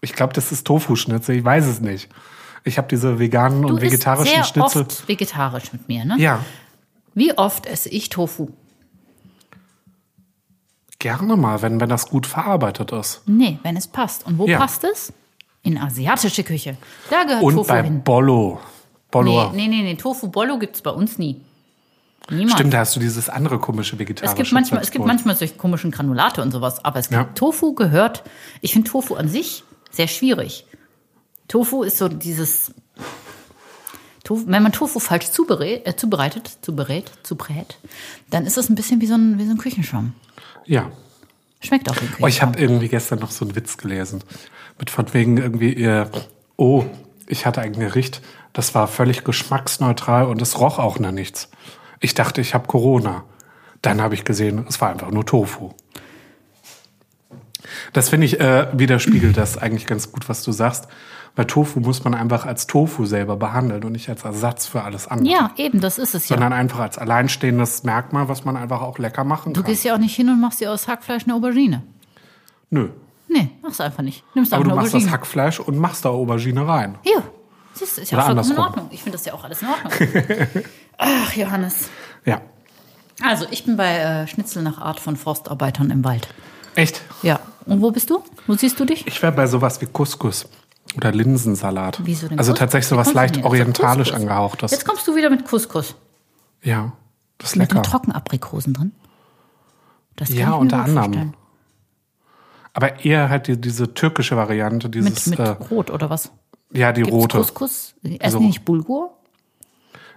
Speaker 3: Ich glaube, das ist Tofu-Schnitzel. Ich weiß es nicht. Ich habe diese veganen
Speaker 2: Du
Speaker 3: und vegetarischen
Speaker 2: isst sehr
Speaker 3: Schnitzel.
Speaker 2: oft vegetarisch mit mir, ne?
Speaker 3: Ja,
Speaker 2: Wie oft esse ich Tofu?
Speaker 3: gerne mal, wenn, wenn das gut verarbeitet ist.
Speaker 2: Nee, wenn es passt. Und wo
Speaker 3: Ja.
Speaker 2: passt es? In asiatische Küche. Da gehört
Speaker 3: Und
Speaker 2: Tofu
Speaker 3: bei
Speaker 2: hin.
Speaker 3: Bollo. Bollo.
Speaker 2: Nee, nee, nee, nee. Tofu Bollo gibt es bei uns nie. Niemand.
Speaker 3: Stimmt, da hast du dieses andere komische vegetarische
Speaker 2: es gibt, manchmal, es gibt
Speaker 3: Salzbrot.
Speaker 2: manchmal solche komischen Granulate und sowas, aber es gibt
Speaker 3: Ja.
Speaker 2: Tofu gehört. Ich finde Tofu an sich sehr schwierig. Tofu ist so dieses. Tofu, wenn man Tofu falsch zuberät, äh, zubereitet, zuberät, zubrät, dann ist es ein bisschen wie so ein, wie so ein Küchenschaum.
Speaker 3: Ja.
Speaker 2: Schmeckt auch wie
Speaker 3: Oh,
Speaker 2: Küchenschaum.
Speaker 3: ich habe irgendwie gestern noch so einen Witz gelesen. Mit von wegen irgendwie, äh, oh, ich hatte ein Gericht, das war völlig geschmacksneutral und es roch auch nach nichts. Ich dachte, ich habe Corona. Dann habe ich gesehen, es war einfach nur Tofu. Das finde ich, äh, widerspiegelt das eigentlich ganz gut, was du sagst. Weil Tofu muss man einfach als Tofu selber behandeln und nicht als Ersatz für alles andere.
Speaker 2: ja, eben, das ist es ja.
Speaker 3: sondern einfach als alleinstehendes Merkmal, was man einfach auch lecker machen
Speaker 2: Du
Speaker 3: kann.
Speaker 2: gehst ja auch nicht hin und machst dir aus Hackfleisch eine Aubergine.
Speaker 3: Nö.
Speaker 2: Nee, machst du einfach nicht. Nimmst
Speaker 3: Aber
Speaker 2: einfach
Speaker 3: du
Speaker 2: eine
Speaker 3: machst das
Speaker 2: Aubergine.
Speaker 3: Hackfleisch und machst da Aubergine rein.
Speaker 2: Ja, siehst du, ist ja
Speaker 3: Oder
Speaker 2: auch vollkommen in
Speaker 3: andersrum.
Speaker 2: Ordnung. Ich finde das ja auch alles in
Speaker 3: [laughs]
Speaker 2: Ordnung. Ach, Johannes.
Speaker 3: Ja.
Speaker 2: Also, ich bin bei äh, Schnitzel nach Art von Forstarbeitern im Wald.
Speaker 3: Echt?
Speaker 2: Ja. Und wo bist du? Wo siehst du dich?
Speaker 3: Ich wäre bei sowas wie Couscous oder Linsensalat.
Speaker 2: Wieso denn
Speaker 3: also
Speaker 2: Couscous?
Speaker 3: tatsächlich
Speaker 2: Wie
Speaker 3: sowas
Speaker 2: kommst du denn
Speaker 3: leicht
Speaker 2: jetzt auf
Speaker 3: orientalisch
Speaker 2: Couscous?
Speaker 3: angehauchtes.
Speaker 2: Jetzt kommst du wieder mit Couscous.
Speaker 3: Ja. Das ist
Speaker 2: Mit
Speaker 3: lecker.
Speaker 2: den Trockenaprikosen drin. Das kann
Speaker 3: Ja,
Speaker 2: ich mir
Speaker 3: unter
Speaker 2: gut
Speaker 3: anderem.
Speaker 2: vorstellen.
Speaker 3: Aber eher halt die, diese türkische Variante,
Speaker 2: Mit,
Speaker 3: dieses,
Speaker 2: mit
Speaker 3: äh, Also-
Speaker 2: Rot oder was?
Speaker 3: ja, die
Speaker 2: Gibt's
Speaker 3: rote.
Speaker 2: Couscous? Essen
Speaker 3: So.
Speaker 2: die nicht Bulgur?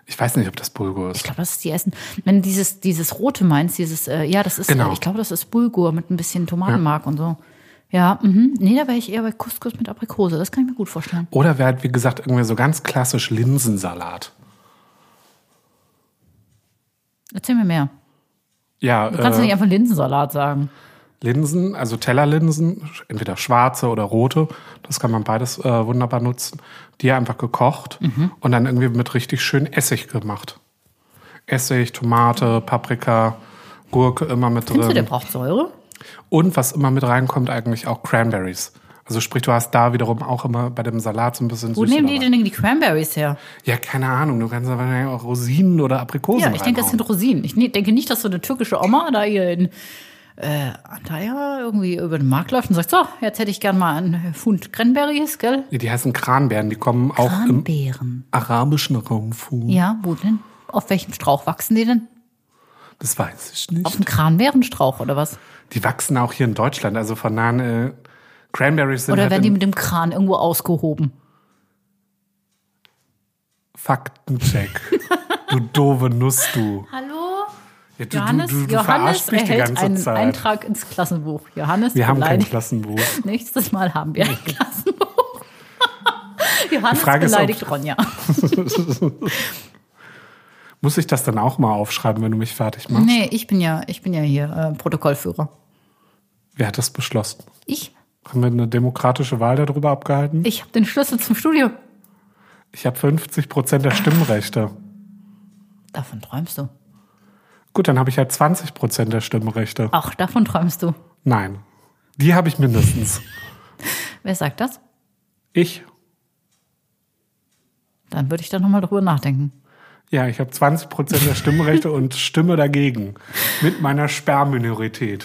Speaker 3: Ich weiß nicht, ob das Bulgur
Speaker 2: Ich
Speaker 3: ist.
Speaker 2: glaube, das ist die Essen. Wenn du dieses, dieses Rote meinst, dieses, äh, ja, das ist,
Speaker 3: Genau.
Speaker 2: äh, ich glaube, das ist Bulgur mit ein bisschen Tomatenmark und so. Ja, mhm. nee, da wäre ich eher bei Couscous mit Aprikose. Das kann ich mir gut vorstellen.
Speaker 3: Oder wäre halt, wie gesagt, irgendwie so ganz klassisch Linsensalat.
Speaker 2: Erzähl mir mehr.
Speaker 3: Ja,
Speaker 2: Du kannst
Speaker 3: äh,
Speaker 2: nicht einfach Linsensalat sagen.
Speaker 3: Linsen, also Tellerlinsen, sch- entweder schwarze oder rote, das kann man beides äh, wunderbar nutzen, die einfach gekocht
Speaker 2: Mhm.
Speaker 3: und dann irgendwie mit richtig schön Essig gemacht. Essig, Tomate, Paprika, Gurke immer mit
Speaker 2: Findest du, der
Speaker 3: drin.
Speaker 2: braucht Säure?
Speaker 3: Und was immer mit reinkommt, eigentlich auch Cranberries. Also sprich, du hast da wiederum auch immer bei dem Salat so ein bisschen
Speaker 2: Wo
Speaker 3: Süße
Speaker 2: nehmen die
Speaker 3: dabei.
Speaker 2: denn die Cranberries her?
Speaker 3: Ja, keine Ahnung, du kannst aber auch Rosinen oder Aprikosen
Speaker 2: Ja, ich denke, das
Speaker 3: reinhauen.
Speaker 2: sind Rosinen. Ich ne- denke nicht, dass so eine türkische Oma da ihr in äh, Antalya irgendwie über den Markt läuft und sagt, so, jetzt hätte ich gern mal einen Pfund Cranberries, gell?
Speaker 3: Ja, die heißen Kranbeeren, die kommen auch im
Speaker 2: Cranbeeren.
Speaker 3: arabischen Raum vor.
Speaker 2: Ja, wo denn? Auf welchem Strauch wachsen die denn?
Speaker 3: Das weiß ich nicht.
Speaker 2: Auf dem Kranbeerenstrauch oder was?
Speaker 3: Die wachsen auch hier in Deutschland, also von nahen äh, Cranberries sind
Speaker 2: Oder
Speaker 3: halt
Speaker 2: werden die
Speaker 3: im
Speaker 2: mit dem Kran irgendwo ausgehoben?
Speaker 3: Faktencheck. du doofe Nuss, du.
Speaker 2: Hallo?
Speaker 3: Ja, du,
Speaker 2: Johannes,
Speaker 3: du, du, du
Speaker 2: Johannes
Speaker 3: verarschst mich die
Speaker 2: erhält
Speaker 3: ganze
Speaker 2: einen
Speaker 3: Zeit.
Speaker 2: Eintrag ins Klassenbuch. Johannes,
Speaker 3: wir
Speaker 2: tut
Speaker 3: haben
Speaker 2: mir
Speaker 3: kein
Speaker 2: leid.
Speaker 3: Klassenbuch.
Speaker 2: Nächstes Mal haben wir ein Klassenbuch. [laughs] Johannes
Speaker 3: Frage ist, ob-
Speaker 2: beleidigt Ronja.
Speaker 3: Muss ich das dann auch mal aufschreiben, wenn du mich fertig machst?
Speaker 2: Nee, ich bin ja, ich bin ja hier äh, Protokollführer.
Speaker 3: Wer hat das beschlossen?
Speaker 2: Ich?
Speaker 3: Haben wir eine demokratische Wahl darüber abgehalten?
Speaker 2: Ich habe den Schlüssel zum Studio.
Speaker 3: Ich habe 50 Prozent der Stimmrechte.
Speaker 2: Davon träumst du.
Speaker 3: Gut, dann habe ich halt 20 Prozent der Stimmrechte.
Speaker 2: Ach, davon träumst du.
Speaker 3: Nein. Die habe ich mindestens.
Speaker 2: Wer sagt das?
Speaker 3: Ich?
Speaker 2: Dann würde ich da nochmal drüber nachdenken.
Speaker 3: Ja, ich habe 20 Prozent der Stimmrechte und stimme dagegen. Mit meiner Sperrminorität.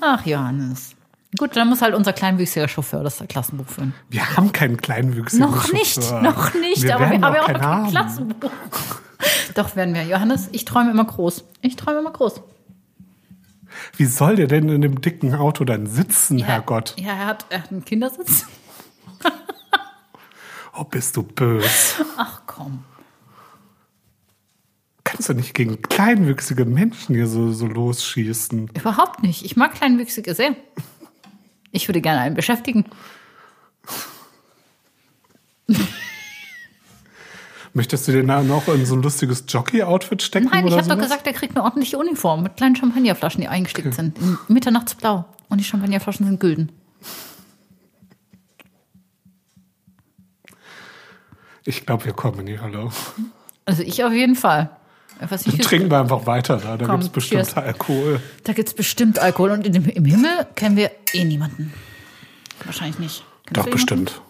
Speaker 2: Ach, Johannes. Gut, dann muss halt unser kleinwüchsiger Chauffeur das Klassenbuch führen.
Speaker 3: Wir haben keinen kleinwüchsigen
Speaker 2: Noch nicht,
Speaker 3: Chauffeur.
Speaker 2: noch nicht,
Speaker 3: wir
Speaker 2: aber wir
Speaker 3: werden
Speaker 2: haben ja auch
Speaker 3: keinen
Speaker 2: noch kein
Speaker 3: haben.
Speaker 2: Klassenbuch. [laughs] Doch werden wir. Johannes, ich träume immer groß. Ich träume immer groß.
Speaker 3: Wie soll der denn in dem dicken Auto dann sitzen, Herrgott?
Speaker 2: Ja, er hat, er hat einen Kindersitz.
Speaker 3: Oh, bist du böse.
Speaker 2: Ach komm.
Speaker 3: Kannst du nicht gegen kleinwüchsige Menschen hier so, so losschießen?
Speaker 2: Überhaupt nicht. Ich mag Kleinwüchsige sehr. Ich würde gerne einen beschäftigen.
Speaker 3: Möchtest du den da noch in so ein lustiges Jockey-Outfit stecken?
Speaker 2: Nein, ich
Speaker 3: oder
Speaker 2: habe doch
Speaker 3: sowas?
Speaker 2: gesagt, er kriegt eine ordentliche Uniform mit kleinen Champagnerflaschen, die eingestickt sind. In Mitternachtsblau. Und die Champagnerflaschen sind gülden.
Speaker 3: Ich glaube, wir kommen in
Speaker 2: [laughs]
Speaker 3: die Hölle.
Speaker 2: Also ich auf jeden Fall. Was ich
Speaker 3: Trinken wir einfach weiter da. Da
Speaker 2: Komm,
Speaker 3: gibt es bestimmt
Speaker 2: cheers.
Speaker 3: Alkohol.
Speaker 2: Da gibt es bestimmt Alkohol und in dem, im Himmel kennen wir eh niemanden. Wahrscheinlich nicht. Kennst
Speaker 3: Doch,
Speaker 2: du jemanden?
Speaker 3: bestimmt.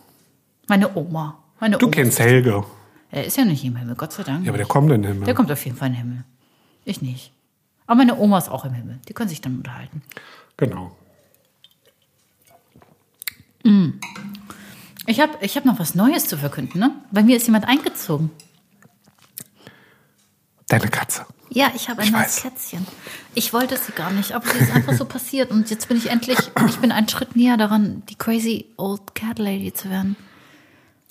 Speaker 2: Meine Oma. Meine
Speaker 3: Du
Speaker 2: Oma.
Speaker 3: kennst Helge.
Speaker 2: Er ist ja nicht im Himmel, Gott sei Dank.
Speaker 3: Ja, aber der kommt in den
Speaker 2: Der
Speaker 3: Himmel.
Speaker 2: kommt auf jeden Fall in den Himmel. Ich nicht. Aber meine Oma ist auch im Himmel. Die können sich dann unterhalten.
Speaker 3: Genau.
Speaker 2: Ich habe ich hab noch was Neues zu verkünden, ne? Bei mir ist jemand eingezogen.
Speaker 3: Deine Katze.
Speaker 2: Ja, ich habe ein
Speaker 3: Ich
Speaker 2: neues
Speaker 3: weiß.
Speaker 2: Kätzchen. Ich wollte sie gar nicht, aber sie ist einfach so passiert. Und jetzt bin ich endlich, ich bin einen Schritt näher daran, die crazy old cat lady zu werden.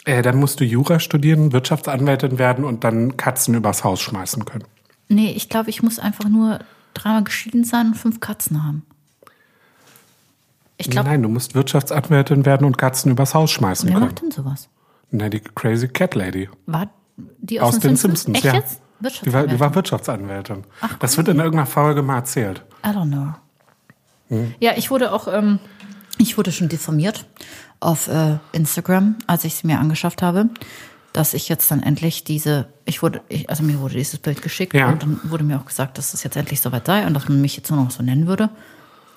Speaker 3: Äh, dann musst du Jura studieren, Wirtschaftsanwältin werden und dann Katzen übers Haus schmeißen können.
Speaker 2: Nee, ich glaube, ich muss einfach nur dreimal geschieden sein und fünf Katzen haben. Ich glaube,
Speaker 3: Nein, du musst Wirtschaftsanwältin werden und Katzen übers Haus schmeißen
Speaker 2: wer
Speaker 3: können.
Speaker 2: macht denn sowas?
Speaker 3: Na, die Crazy Cat Lady.
Speaker 2: War die aus,
Speaker 3: Aus den Simpsons,
Speaker 2: Echt
Speaker 3: ja.
Speaker 2: jetzt?
Speaker 3: Die war,
Speaker 2: Wirtschaftsanwältin.
Speaker 3: die war Wirtschaftsanwältin. das wird in irgendeiner Folge mal erzählt.
Speaker 2: Eleanor. Ja, ich wurde auch, ähm, ich wurde schon diffamiert auf äh, Instagram, als ich es mir angeschafft habe, dass ich jetzt dann endlich diese, ich wurde, ich, also mir wurde dieses Bild geschickt
Speaker 3: Ja.
Speaker 2: und dann wurde mir auch gesagt, dass es jetzt endlich soweit sei und dass man mich jetzt nur noch so nennen würde.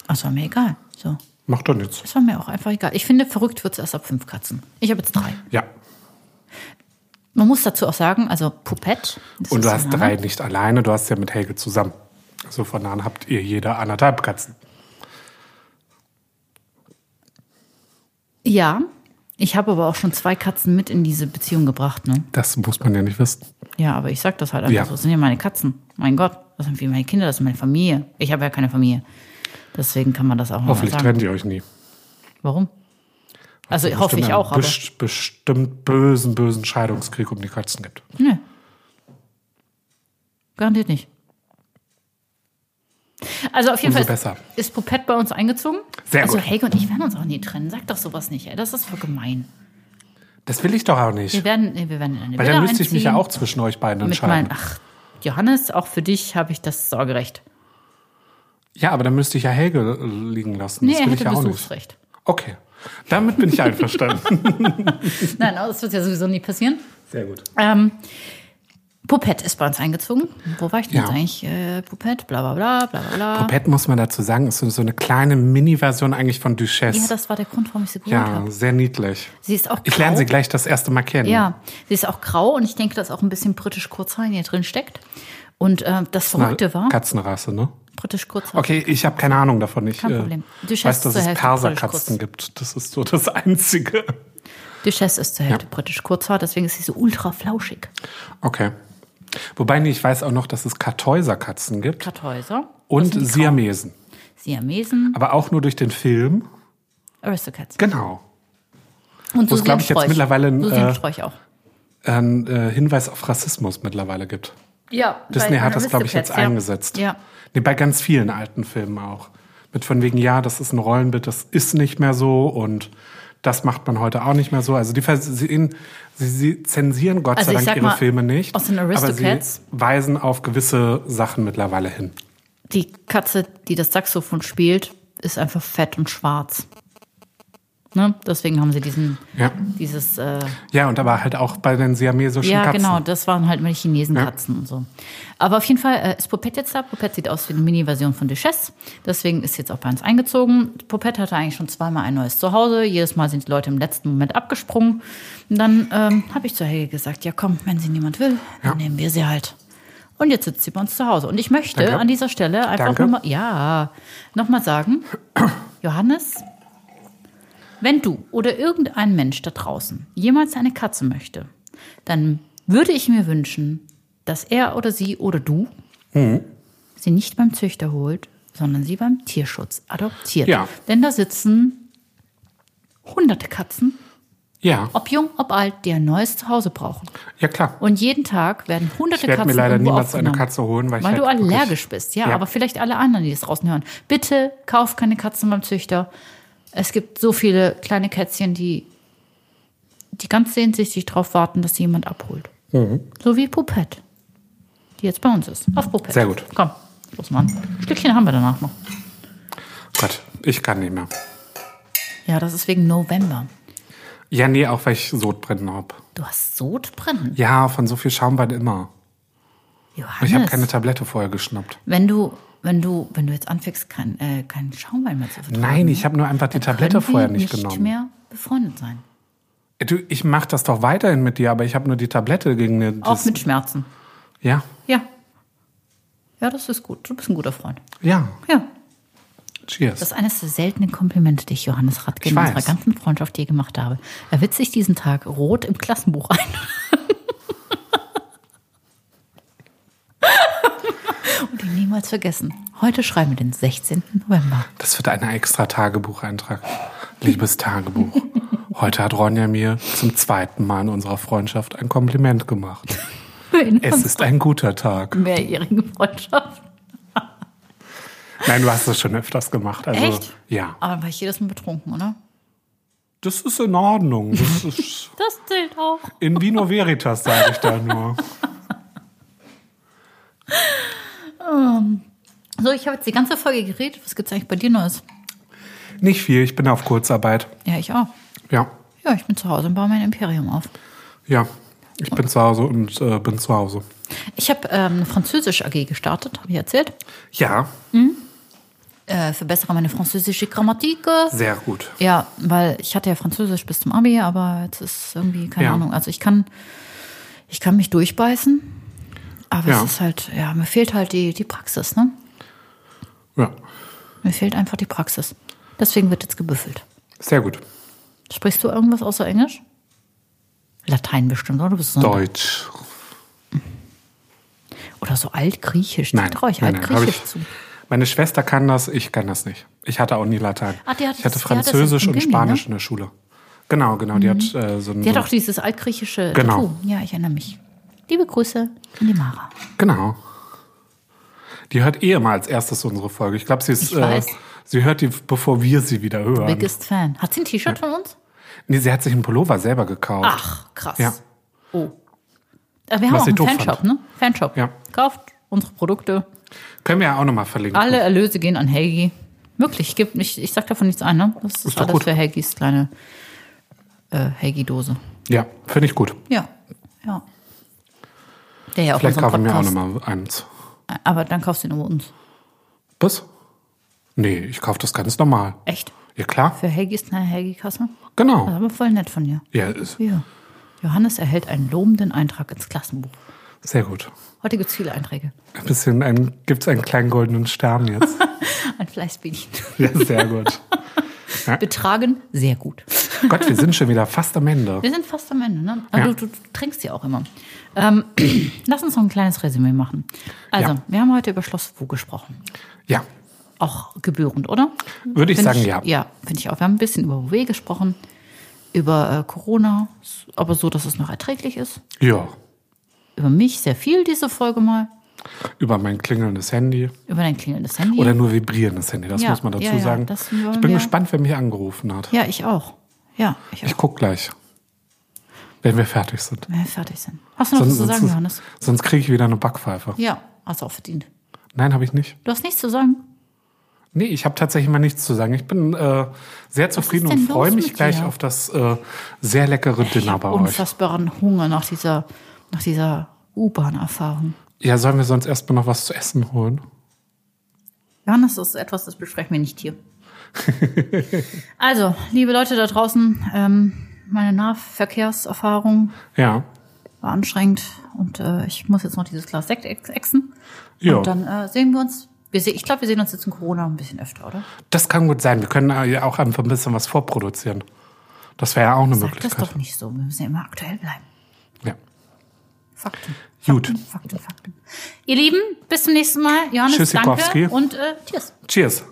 Speaker 2: Also war mir egal. So,
Speaker 3: Macht doch nichts.
Speaker 2: das war mir auch einfach egal. Ich finde, verrückt wird es erst ab fünf Katzen. Ich habe jetzt drei.
Speaker 3: Ja.
Speaker 2: Man muss dazu auch sagen, also Poupette. das
Speaker 3: Und du
Speaker 2: ist
Speaker 3: hast
Speaker 2: der Name.
Speaker 3: drei nicht alleine, du hast ja mit Helge zusammen. Also von da an habt ihr jeder anderthalb Katzen.
Speaker 2: Ja, ich habe aber auch schon zwei Katzen mit in diese Beziehung gebracht. Ne?
Speaker 3: Das muss man ja nicht wissen.
Speaker 2: Ja, aber ich sag das halt einfach
Speaker 3: Ja.
Speaker 2: so. Das sind ja meine Katzen. Mein Gott, das sind wie meine Kinder, das ist meine Familie. Ich habe ja keine Familie. Deswegen kann man das auch nochmal
Speaker 3: Hoffentlich
Speaker 2: sagen.
Speaker 3: trennt ihr euch nie.
Speaker 2: Warum? Also hoffe ich
Speaker 3: Bestimmt
Speaker 2: auch,
Speaker 3: einen
Speaker 2: aber.
Speaker 3: best- Bestimmt bösen, bösen Scheidungskrieg um die Katzen gibt.
Speaker 2: Nee. Garantiert nicht. Also auf jeden
Speaker 3: Umso
Speaker 2: Fall ist,
Speaker 3: besser.
Speaker 2: ist Poupette bei uns eingezogen.
Speaker 3: Sehr
Speaker 2: also
Speaker 3: gut.
Speaker 2: Helge und ich werden uns auch nie trennen. Sag doch sowas nicht, ey. Das ist voll gemein.
Speaker 3: Das will ich doch auch
Speaker 2: Wir
Speaker 3: nicht.
Speaker 2: werden, nee, wir werden in eine
Speaker 3: Weil
Speaker 2: Villa
Speaker 3: dann müsste ich mich ja
Speaker 2: einziehen.
Speaker 3: auch zwischen euch beiden
Speaker 2: mit meinen,
Speaker 3: entscheiden.
Speaker 2: ach, Johannes, auch für dich habe ich das Sorgerecht.
Speaker 3: Ja, aber dann müsste ich ja Helge äh, liegen lassen.
Speaker 2: Nee,
Speaker 3: das
Speaker 2: er
Speaker 3: will ich
Speaker 2: hätte
Speaker 3: ja auch nicht.
Speaker 2: Besuchsrecht.
Speaker 3: Okay. Damit bin ich einverstanden.
Speaker 2: Nein, aber das wird ja sowieso nie passieren.
Speaker 3: [laughs] Sehr gut.
Speaker 2: Ähm, Poupette ist bei uns eingezogen. Wo war ich denn
Speaker 3: Ja.
Speaker 2: jetzt eigentlich? Äh, Poupette, bla bla bla, bla bla bla.
Speaker 3: Pet muss man dazu sagen, ist so- so eine kleine Mini-Version eigentlich von
Speaker 2: Ja,
Speaker 3: Duchesse.
Speaker 2: das war der Grund, warum ich sie geholt
Speaker 3: Ja,
Speaker 2: habe.
Speaker 3: sehr niedlich.
Speaker 2: Sie ist auch
Speaker 3: Ich
Speaker 2: grau.
Speaker 3: lerne sie gleich das erste Mal kennen.
Speaker 2: Ja, sie ist auch grau und ich denke, dass auch ein bisschen britisch Kurzhaar in ihr drin steckt. Und äh, das
Speaker 3: Na,
Speaker 2: Verrückte war,
Speaker 3: Katzenrasse, ne?
Speaker 2: britisch Kurzhaar.
Speaker 3: Okay, ich habe keine Ahnung davon. Ich
Speaker 2: Kein
Speaker 3: äh,
Speaker 2: Problem. Duchesse
Speaker 3: weiß, dass
Speaker 2: zur
Speaker 3: es
Speaker 2: Hälfte
Speaker 3: Perserkatzen
Speaker 2: Britisch-Kurz.
Speaker 3: gibt. Das ist so das Einzige.
Speaker 2: Duchesse ist zur Hälfte britisch Kurzhaar, deswegen ist sie so ultra flauschig.
Speaker 3: Okay. Wobei, nee, ich weiß auch noch, dass es Kartäuserkatzen gibt
Speaker 2: Kartäuser.
Speaker 3: und Siamesen.
Speaker 2: Siamesen,
Speaker 3: Aber auch nur durch den Film.
Speaker 2: Aristocats.
Speaker 3: Genau.
Speaker 2: Und
Speaker 3: Wo es, glaub ich, jetzt
Speaker 2: Sträuch.
Speaker 3: mittlerweile ein,
Speaker 2: Susi
Speaker 3: äh,
Speaker 2: und Sträuch auch.
Speaker 3: Ein äh, Hinweis auf Rassismus mittlerweile gibt.
Speaker 2: Ja,
Speaker 3: Disney hat das, glaube ich, jetzt eingesetzt.
Speaker 2: Ja.
Speaker 3: Nee, bei ganz vielen alten Filmen auch. Mit von wegen, ja, das ist ein Rollenbild, das ist nicht mehr so und das macht man heute auch nicht mehr so. Also die versehen, sie, sie zensieren Gott
Speaker 2: Also
Speaker 3: sei
Speaker 2: ich
Speaker 3: Dank
Speaker 2: sag
Speaker 3: ihre
Speaker 2: mal,
Speaker 3: Filme nicht.
Speaker 2: aus den
Speaker 3: aber
Speaker 2: Aristocats-
Speaker 3: sie weisen auf gewisse Sachen mittlerweile hin.
Speaker 2: Die Katze, die das Saxophon spielt, ist einfach fett und schwarz. Ne? Deswegen haben sie diesen,
Speaker 3: Ja.
Speaker 2: dieses, äh,
Speaker 3: Ja, und aber halt auch bei den siamesischen
Speaker 2: ja
Speaker 3: Katzen.
Speaker 2: genau, das waren halt mal die Chinesenkatzen und so. Aber auf jeden Fall äh, ist Popette jetzt da. Popette sieht aus wie eine Mini-Version von Duchesse. Deswegen ist sie jetzt auch bei uns eingezogen. Popette hatte eigentlich schon zweimal ein neues Zuhause. Jedes Mal sind die Leute im letzten Moment abgesprungen. Und dann ähm, habe ich zu Helge gesagt, ja komm, wenn sie niemand will, dann nehmen wir sie halt. Und jetzt sitzt sie bei uns zu Hause. Und ich möchte
Speaker 3: Danke.
Speaker 2: an dieser Stelle einfach
Speaker 3: Danke.
Speaker 2: nochmal, ja, nochmal sagen, Johannes, wenn du oder irgendein Mensch da draußen jemals eine Katze möchte, dann würde ich mir wünschen, dass er oder sie oder du sie nicht beim Züchter holt, sondern sie beim Tierschutz adoptiert.
Speaker 3: Ja.
Speaker 2: Denn da sitzen hunderte Katzen,
Speaker 3: Ja,
Speaker 2: ob jung, ob alt, die ein neues Zuhause brauchen.
Speaker 3: ja klar.
Speaker 2: Und jeden Tag werden hunderte
Speaker 3: Ich werd mir
Speaker 2: Katzen
Speaker 3: leider
Speaker 2: irgendwo
Speaker 3: niemals eine
Speaker 2: aufgenommen.
Speaker 3: Katze holen, weil ich
Speaker 2: du
Speaker 3: halt wirklich-
Speaker 2: allergisch bist. Ja,
Speaker 3: Ja.
Speaker 2: aber vielleicht alle anderen, die das draußen hören. Bitte kauf keine Katzen beim Züchter. Es gibt so viele kleine Kätzchen, die, die ganz sehnsüchtig darauf warten, dass sie jemand abholt. So wie Pupette, die jetzt bei uns ist. Auf Pupette.
Speaker 3: Sehr gut.
Speaker 2: Komm, los, Mann. Stückchen haben wir danach noch.
Speaker 3: Gott, ich kann nicht mehr.
Speaker 2: Ja, das ist wegen November.
Speaker 3: Ja, nee, auch weil ich Sodbrennen hab.
Speaker 2: Du hast Sodbrennen.
Speaker 3: Ja, von so viel Schaumwein immer.
Speaker 2: Johannes,
Speaker 3: Ich habe keine Tablette vorher geschnappt.
Speaker 2: wenn du, wenn du, wenn du jetzt anfängst, kein, äh, keinen Schaumwein mehr zu vertragen.
Speaker 3: Nein, ich habe nur einfach die Tablette
Speaker 2: können wir
Speaker 3: vorher nicht,
Speaker 2: nicht
Speaker 3: genommen.
Speaker 2: mehr befreundet sein.
Speaker 3: Du, ich mache das doch weiterhin mit dir, aber ich habe nur die Tablette gegen eine.
Speaker 2: Auch
Speaker 3: Das,
Speaker 2: mit Schmerzen.
Speaker 3: ja,
Speaker 2: Ja. Ja, das ist gut. Du bist ein guter Freund.
Speaker 3: ja.
Speaker 2: Ja.
Speaker 3: Cheers.
Speaker 2: Das ist eines der seltenen Komplimente, die ich Johannes Radke
Speaker 3: Ich
Speaker 2: in
Speaker 3: weiß.
Speaker 2: unserer ganzen Freundschaft je gemacht habe. Er witzt sich diesen Tag rot im Klassenbuch ein. [laughs] Und ihn niemals vergessen. Heute schreiben wir den 16. November.
Speaker 3: Das wird ein extra Tagebucheintrag. Liebes Tagebuch. Heute hat Ronja mir zum zweiten Mal in unserer Freundschaft ein Kompliment gemacht.
Speaker 2: In
Speaker 3: Es ist ein guter Tag.
Speaker 2: mehrjährige Freundschaft.
Speaker 3: Nein, du hast es schon öfters gemacht. Also,
Speaker 2: Echt?
Speaker 3: Ja.
Speaker 2: Aber war ich jedes Mal betrunken, oder?
Speaker 3: Das ist in Ordnung. Das ist
Speaker 2: Das zählt auch.
Speaker 3: in Vino Veritas, sage ich da nur.
Speaker 2: Ähm, So, ich habe jetzt die ganze Folge geredet. Was gibt's eigentlich bei dir Neues?
Speaker 3: Nicht viel, ich bin auf Kurzarbeit.
Speaker 2: Ja, ich auch.
Speaker 3: Ja,
Speaker 2: Ja, ich bin zu Hause und baue mein Imperium auf.
Speaker 3: ja. Ich bin zu Hause und äh, bin zu Hause.
Speaker 2: Ich habe ähm, eine Französisch AG gestartet, habe ich erzählt.
Speaker 3: Ja,
Speaker 2: Äh, verbessere meine französische Grammatik.
Speaker 3: sehr gut.
Speaker 2: Ja, weil ich hatte ja Französisch bis zum Abi, aber jetzt ist irgendwie keine
Speaker 3: Ja.
Speaker 2: Ahnung. Also ich kann, ich kann mich durchbeißen, aber es
Speaker 3: Ja.
Speaker 2: ist halt, ja, mir fehlt halt die, die Praxis, ne?
Speaker 3: Ja,
Speaker 2: Mir fehlt einfach die Praxis. Deswegen wird jetzt gebüffelt.
Speaker 3: sehr gut.
Speaker 2: Sprichst du irgendwas außer Englisch? Latein bestimmt, oder? Du bist so ein-
Speaker 3: Deutsch.
Speaker 2: Oder so altgriechisch.
Speaker 3: Nein,
Speaker 2: traue ich
Speaker 3: nein, nein, hab
Speaker 2: altgriechisch
Speaker 3: ich,
Speaker 2: halt zu.
Speaker 3: Meine Schwester kann das, ich kann das nicht. Ich hatte auch nie Latein.
Speaker 2: Ah, die hat das-
Speaker 3: ich hatte
Speaker 2: die hat das
Speaker 3: Französisch
Speaker 2: in
Speaker 3: und
Speaker 2: Gimli,
Speaker 3: Spanisch
Speaker 2: ne? Mhm.
Speaker 3: in der Schule. Genau, genau. Die hat äh, so ein.
Speaker 2: Die
Speaker 3: so,
Speaker 2: hat auch dieses altgriechische
Speaker 3: Genau.
Speaker 2: Tattoo. Ja, ich erinnere mich. Liebe Grüße an die Mara.
Speaker 3: genau. Die hört eh immer als erstes unsere Folge. Ich glaube, sie ist.
Speaker 2: Ich weiß.
Speaker 3: Äh, sie hört die, bevor wir sie wieder hören.
Speaker 2: Biggest Fan. Hat sie ein T-Shirt von uns?
Speaker 3: Nee, sie hat sich einen Pullover selber gekauft.
Speaker 2: Ach, krass.
Speaker 3: Ja.
Speaker 2: Oh. Äh, Wir haben
Speaker 3: Was
Speaker 2: auch
Speaker 3: sie
Speaker 2: einen
Speaker 3: doof
Speaker 2: Fanshop,
Speaker 3: fand.
Speaker 2: ne? Fanshop.
Speaker 3: Ja.
Speaker 2: Kauft unsere Produkte.
Speaker 3: Können wir ja auch nochmal verlinken.
Speaker 2: Alle Erlöse gehen an Helgi. Wirklich, gibt nicht, ich sag davon nichts ein, ne? Das ist,
Speaker 3: Ist doch
Speaker 2: alles
Speaker 3: gut.
Speaker 2: für Helgis kleine äh, Helgi-Dose.
Speaker 3: Ja, finde ich gut.
Speaker 2: Ja. Ja. Der ja auch
Speaker 3: Vielleicht
Speaker 2: unseren
Speaker 3: kaufen wir auch
Speaker 2: Podcast.
Speaker 3: nochmal eins.
Speaker 2: Aber dann kaufst du ihn über uns.
Speaker 3: Was? Nee, ich kaufe das ganz normal.
Speaker 2: Echt?
Speaker 3: Ja, klar.
Speaker 2: Für Helgis kleine Helgi-Kasse? Das ist
Speaker 3: Genau.
Speaker 2: aber voll nett von dir.
Speaker 3: Ja, ist
Speaker 2: Ja. Johannes erhält einen lobenden Eintrag ins Klassenbuch.
Speaker 3: sehr gut.
Speaker 2: Heute gibt es viele Einträge.
Speaker 3: Ein bisschen ein, gibt's einen kleinen goldenen Stern jetzt.
Speaker 2: [laughs] Ein Fleißbienchen.
Speaker 3: Ja, sehr gut.
Speaker 2: Betragen, sehr gut.
Speaker 3: Gott, wir sind schon wieder fast am Ende.
Speaker 2: Wir sind fast am Ende, ne? Aber
Speaker 3: Ja.
Speaker 2: du, du, du trinkst ja auch immer. Ähm, [clears throat] lass uns noch ein kleines Resümee machen. Also,
Speaker 3: Ja.
Speaker 2: wir haben heute über Schloss Wu gesprochen.
Speaker 3: Ja,
Speaker 2: Auch gebührend, oder?
Speaker 3: Würde ich
Speaker 2: Find
Speaker 3: sagen, ja.
Speaker 2: Ja, finde ich auch. Wir haben ein bisschen über Wu gesprochen, über äh, Corona, s- aber so, dass es noch erträglich ist.
Speaker 3: Ja,
Speaker 2: Über mich sehr viel diese Folge mal.
Speaker 3: über mein klingelndes Handy.
Speaker 2: Über dein klingelndes Handy.
Speaker 3: Oder nur vibrierendes Handy, das
Speaker 2: Ja,
Speaker 3: muss man dazu
Speaker 2: ja, ja,
Speaker 3: sagen.
Speaker 2: das wollen
Speaker 3: Ich bin
Speaker 2: wir-
Speaker 3: gespannt, wer mich angerufen hat.
Speaker 2: ja, ich auch. Ja, ich auch.
Speaker 3: Ich guck gleich, wenn wir fertig sind.
Speaker 2: Wenn wir fertig sind. Hast du noch was zu sagen, Johannes?
Speaker 3: sonst kriege ich wieder eine Backpfeife.
Speaker 2: Ja, hast du auch verdient.
Speaker 3: Nein, habe ich nicht.
Speaker 2: Du hast nichts zu sagen?
Speaker 3: Nee, ich habe tatsächlich mal nichts zu sagen. Ich bin äh, sehr zufrieden
Speaker 2: ist
Speaker 3: und
Speaker 2: denn
Speaker 3: freue
Speaker 2: los
Speaker 3: mich
Speaker 2: mit
Speaker 3: gleich
Speaker 2: dir?
Speaker 3: auf das äh, sehr leckere
Speaker 2: Ich
Speaker 3: Dinner
Speaker 2: habe
Speaker 3: bei euch.
Speaker 2: unfassbaren Hunger nach dieser, nach dieser U-Bahn-Erfahrung.
Speaker 3: Ja, sollen wir sonst erstmal noch was zu essen holen?
Speaker 2: Johannes, das ist etwas, das besprechen wir nicht
Speaker 3: [laughs]
Speaker 2: hier. also, liebe Leute da draußen, ähm, meine Nahverkehrserfahrung
Speaker 3: Ja.
Speaker 2: war anstrengend und äh, ich muss jetzt noch dieses Glas Sekt ex- exen.
Speaker 3: Ja.
Speaker 2: Und dann äh, sehen wir uns. Wir se ich glaube, wir sehen uns jetzt in Corona ein bisschen öfter, oder?
Speaker 3: Das kann gut sein. Wir können ja auch einfach ein bisschen was vorproduzieren. Das wäre ja auch eine
Speaker 2: Sag das
Speaker 3: Möglichkeit.
Speaker 2: doch nicht so. Wir müssen ja immer aktuell bleiben.
Speaker 3: Ja.
Speaker 2: Fakten.
Speaker 3: Gut.
Speaker 2: Fakten, Fakten, Fakten. Ihr Lieben, bis zum nächsten Mal. Johannes,
Speaker 3: Tschüss,
Speaker 2: danke.
Speaker 3: Sikowski.
Speaker 2: Und äh, tschüss.
Speaker 3: Cheers.